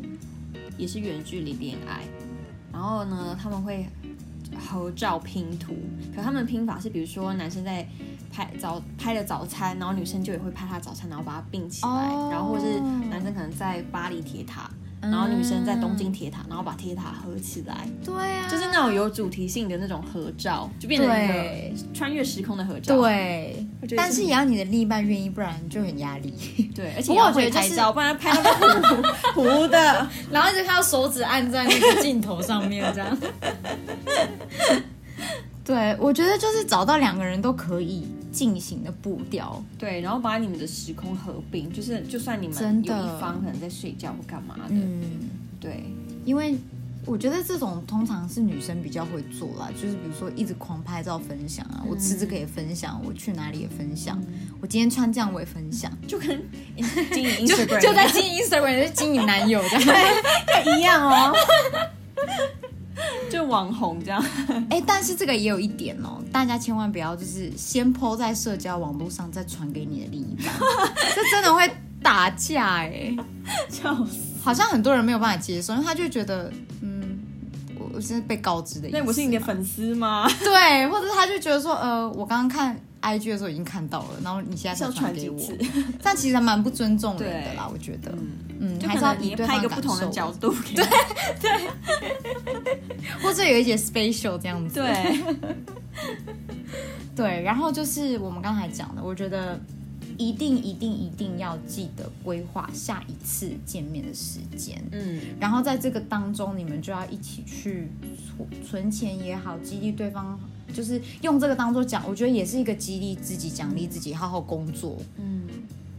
[SPEAKER 2] 也是远距离恋爱，然后呢他们会合照拼图，可他们拼法是比如说男生在拍早拍了早餐，然后女生就也会拍他早餐，然后把它并起来，
[SPEAKER 3] 哦
[SPEAKER 2] 然后或是男生可能在巴黎铁塔。然后女生在东京铁塔，然后把铁塔合起来，
[SPEAKER 3] 对嗯啊，
[SPEAKER 2] 就是那种有主题性的那种合照，就变成一
[SPEAKER 3] 对
[SPEAKER 2] 个穿越时空的合照。
[SPEAKER 3] 对
[SPEAKER 2] 我觉得是，
[SPEAKER 3] 但是也要你的另一半愿意，不然就很压力。
[SPEAKER 2] 对，而且
[SPEAKER 3] 不过
[SPEAKER 2] 要
[SPEAKER 3] 我觉得
[SPEAKER 2] 会拍
[SPEAKER 3] 就是
[SPEAKER 2] 照，不然拍那 个糊糊的。
[SPEAKER 3] 然后一直看到手指按在那个镜头上面，这 样。对，我觉得就是找到两个人都可以进行的步调，
[SPEAKER 2] 对，然后把你们的时空合并，就是就算你们
[SPEAKER 3] 真
[SPEAKER 2] 有
[SPEAKER 3] 的
[SPEAKER 2] 一方可能在睡觉或干嘛的，
[SPEAKER 3] 嗯，
[SPEAKER 2] 对，
[SPEAKER 3] 因为我觉得这种通常是女生比较会做啦，就是比如说一直狂拍照分享啊，我吃这个也分享，我去哪里也分享，我今天穿这样我也分享，
[SPEAKER 2] 就跟经营
[SPEAKER 3] 就
[SPEAKER 2] Instagram
[SPEAKER 3] 就在经 营 Instagram 就经营男友这样。
[SPEAKER 2] 一样哦，就网红这样，
[SPEAKER 3] 哎、但是这个也有一点哦，大家千万不要就是先 PO 在社交网络上，再传给你的另一半，这真的会打架哎、
[SPEAKER 2] 笑死。
[SPEAKER 3] 好像很多人没有办法接受，因为他就觉得，嗯，我我是被告知的意思，
[SPEAKER 2] 那我是你的粉丝吗？
[SPEAKER 3] 对，或者他就觉得说，呃，我刚刚看 IG 的时候已经看到了，然后你现在
[SPEAKER 2] 要
[SPEAKER 3] 才传
[SPEAKER 2] 传
[SPEAKER 3] 给
[SPEAKER 2] 几
[SPEAKER 3] 我，
[SPEAKER 2] 次？
[SPEAKER 3] 这样其实还蛮不尊重人的啦，我觉得，嗯，
[SPEAKER 2] 就
[SPEAKER 3] 还
[SPEAKER 2] 可
[SPEAKER 3] 是要
[SPEAKER 2] 能你
[SPEAKER 3] 以对
[SPEAKER 2] 拍
[SPEAKER 3] 方
[SPEAKER 2] 一个
[SPEAKER 3] 感
[SPEAKER 2] 不同的
[SPEAKER 3] 受
[SPEAKER 2] 角度给他，
[SPEAKER 3] 或者有一些 special 这样子，
[SPEAKER 2] 对，
[SPEAKER 3] 对，然后就是我们刚才讲的，我觉得一定一定一定要记得规划下一次见面的时间，
[SPEAKER 2] 嗯，
[SPEAKER 3] 然后在这个当中，你们就要一起去存存钱也好，激励对方，就是用这个当做奖，我觉得也是一个激励自己、奖励自己，好好工作。
[SPEAKER 2] 嗯，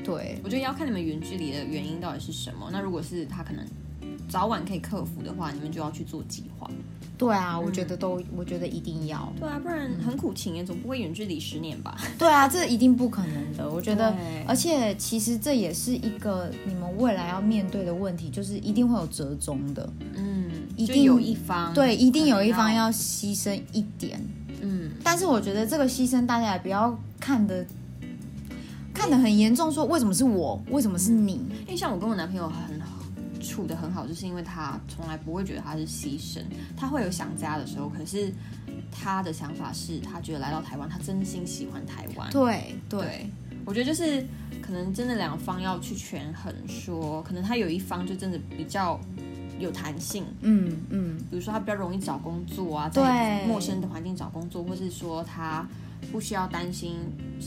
[SPEAKER 3] 对，
[SPEAKER 2] 我觉得要看你们远距离的原因到底是什么。那如果是他可能早晚可以克服的话，你们就要去做计划。
[SPEAKER 3] 对啊，我觉得都，我觉得一定要。
[SPEAKER 2] 对啊，不然很苦情耶，总不会远距离十年吧？
[SPEAKER 3] 对啊，这一定不可能的。我觉得
[SPEAKER 2] 对，
[SPEAKER 3] 而且其实这也是一个你们未来要面对的问题，就是一定会有折中的。
[SPEAKER 2] 嗯，
[SPEAKER 3] 一
[SPEAKER 2] 就
[SPEAKER 3] 定
[SPEAKER 2] 有一方
[SPEAKER 3] 对，一定
[SPEAKER 2] 可能
[SPEAKER 3] 有一方要牺牲一点，
[SPEAKER 2] 嗯。
[SPEAKER 3] 但是我觉得这个牺牲大家也不要看得看得很严重，说为什么是我，为什么是你？
[SPEAKER 2] 因为像我跟我男朋友很好处的很好，就是因为他从来不会觉得他是牺牲，他会有想家的时候，可是他的想法是他觉得来到台湾，他真心喜欢台湾。
[SPEAKER 3] 对对
[SPEAKER 2] 对，我觉得就是可能真的两方要去权衡说，可能他有一方就真的比较有弹性，
[SPEAKER 3] 嗯嗯，
[SPEAKER 2] 比如说他比较容易找工作啊，
[SPEAKER 3] 对
[SPEAKER 2] 在陌生的环境找工作，或是说他不需要担心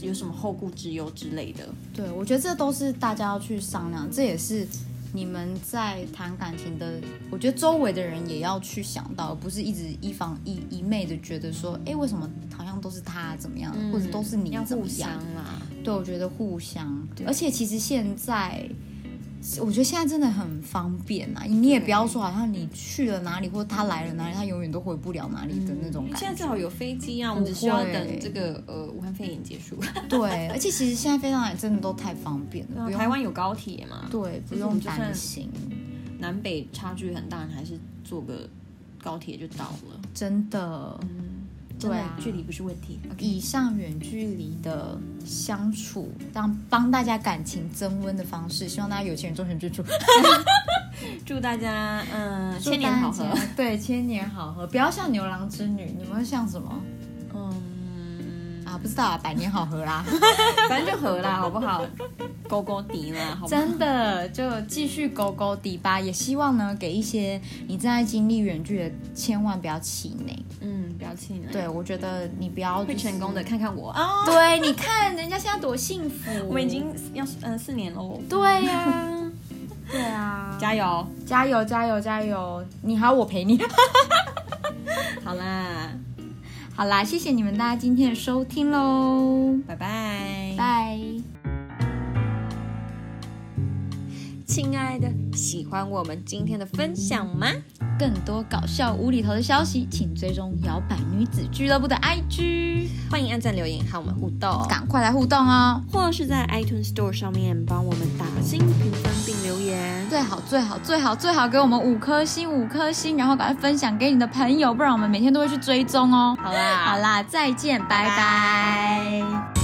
[SPEAKER 2] 有什么后顾之忧之类的。
[SPEAKER 3] 对，我觉得这都是大家要去商量，这也是你们在谈感情的，我觉得周围的人也要去想到，而不是一直一方一一昧的觉得说，哎，为什么好像都是他怎么样，或者都是你
[SPEAKER 2] 嗯要
[SPEAKER 3] 怎么
[SPEAKER 2] 互
[SPEAKER 3] 样
[SPEAKER 2] 相？啦，
[SPEAKER 3] 对，我觉得互相，而且其实现在，我觉得现在真的很方便啊！你也不要说好像你去了哪里，或者他来了哪里，他永远都回不了哪里的那种
[SPEAKER 2] 因为
[SPEAKER 3] 感
[SPEAKER 2] 嗯现
[SPEAKER 3] 觉。
[SPEAKER 2] 在正好有飞机啊，我们只需要
[SPEAKER 3] 不会
[SPEAKER 2] 等这个呃武汉肺炎结 束。
[SPEAKER 3] 对，而且其实现在飞上来真的都太方便了，不用
[SPEAKER 2] 啊台湾有高铁嘛，
[SPEAKER 3] 对，不
[SPEAKER 2] 实我
[SPEAKER 3] 用
[SPEAKER 2] 们就算
[SPEAKER 3] 担心，
[SPEAKER 2] 南北差距很大，你还是坐个高铁就到了。
[SPEAKER 3] 真的。对啊
[SPEAKER 2] 真的距离不是问题。
[SPEAKER 3] 以上远距离的相处，让帮大家感情增温的方式，希望大家有情人终成眷属。
[SPEAKER 2] 祝大家嗯、呃 千年好
[SPEAKER 3] 祝。
[SPEAKER 2] 合
[SPEAKER 3] 大家，对，千年好合，不要像牛郎织女，你们会像什么？
[SPEAKER 2] 嗯，
[SPEAKER 3] 啊，不知道啊，百年好合 啦，
[SPEAKER 2] 反正就合啦，好不好？ 勾勾敌啦，好不好？
[SPEAKER 3] 真的就继续勾勾底吧。也希望呢，给一些你正在经历远距的，千万不要气馁。
[SPEAKER 2] 嗯，不要气馁。
[SPEAKER 3] 对，我觉得你不要、
[SPEAKER 2] 会成功的，。看看我啊！
[SPEAKER 3] 对，你看人家现在多幸福，
[SPEAKER 2] 我们已经要嗯四年喽，
[SPEAKER 3] 对呀、 对啊，
[SPEAKER 2] 加油！
[SPEAKER 3] 加油加油加油！你好，我陪你。
[SPEAKER 2] 好啦，
[SPEAKER 3] 好啦，谢谢你们大家今天的收听喽，
[SPEAKER 2] 拜拜，
[SPEAKER 3] 拜。
[SPEAKER 2] 亲爱的，喜欢我们今天的分享吗？
[SPEAKER 3] 更多搞笑无厘头的消息，请追踪摇摆女子俱乐部的 IG，
[SPEAKER 2] 欢迎按赞留言和我们互动，
[SPEAKER 3] 赶快来互动哦！
[SPEAKER 2] 或是在 iTunes Store 上面帮我们打新评分并留言。
[SPEAKER 3] 最好最好最好最好给我们五颗星五颗星，然后赶快分享给你的朋友，不然我们每天都会去追踪哦。
[SPEAKER 2] 好啦，
[SPEAKER 3] 好啦，再见，拜拜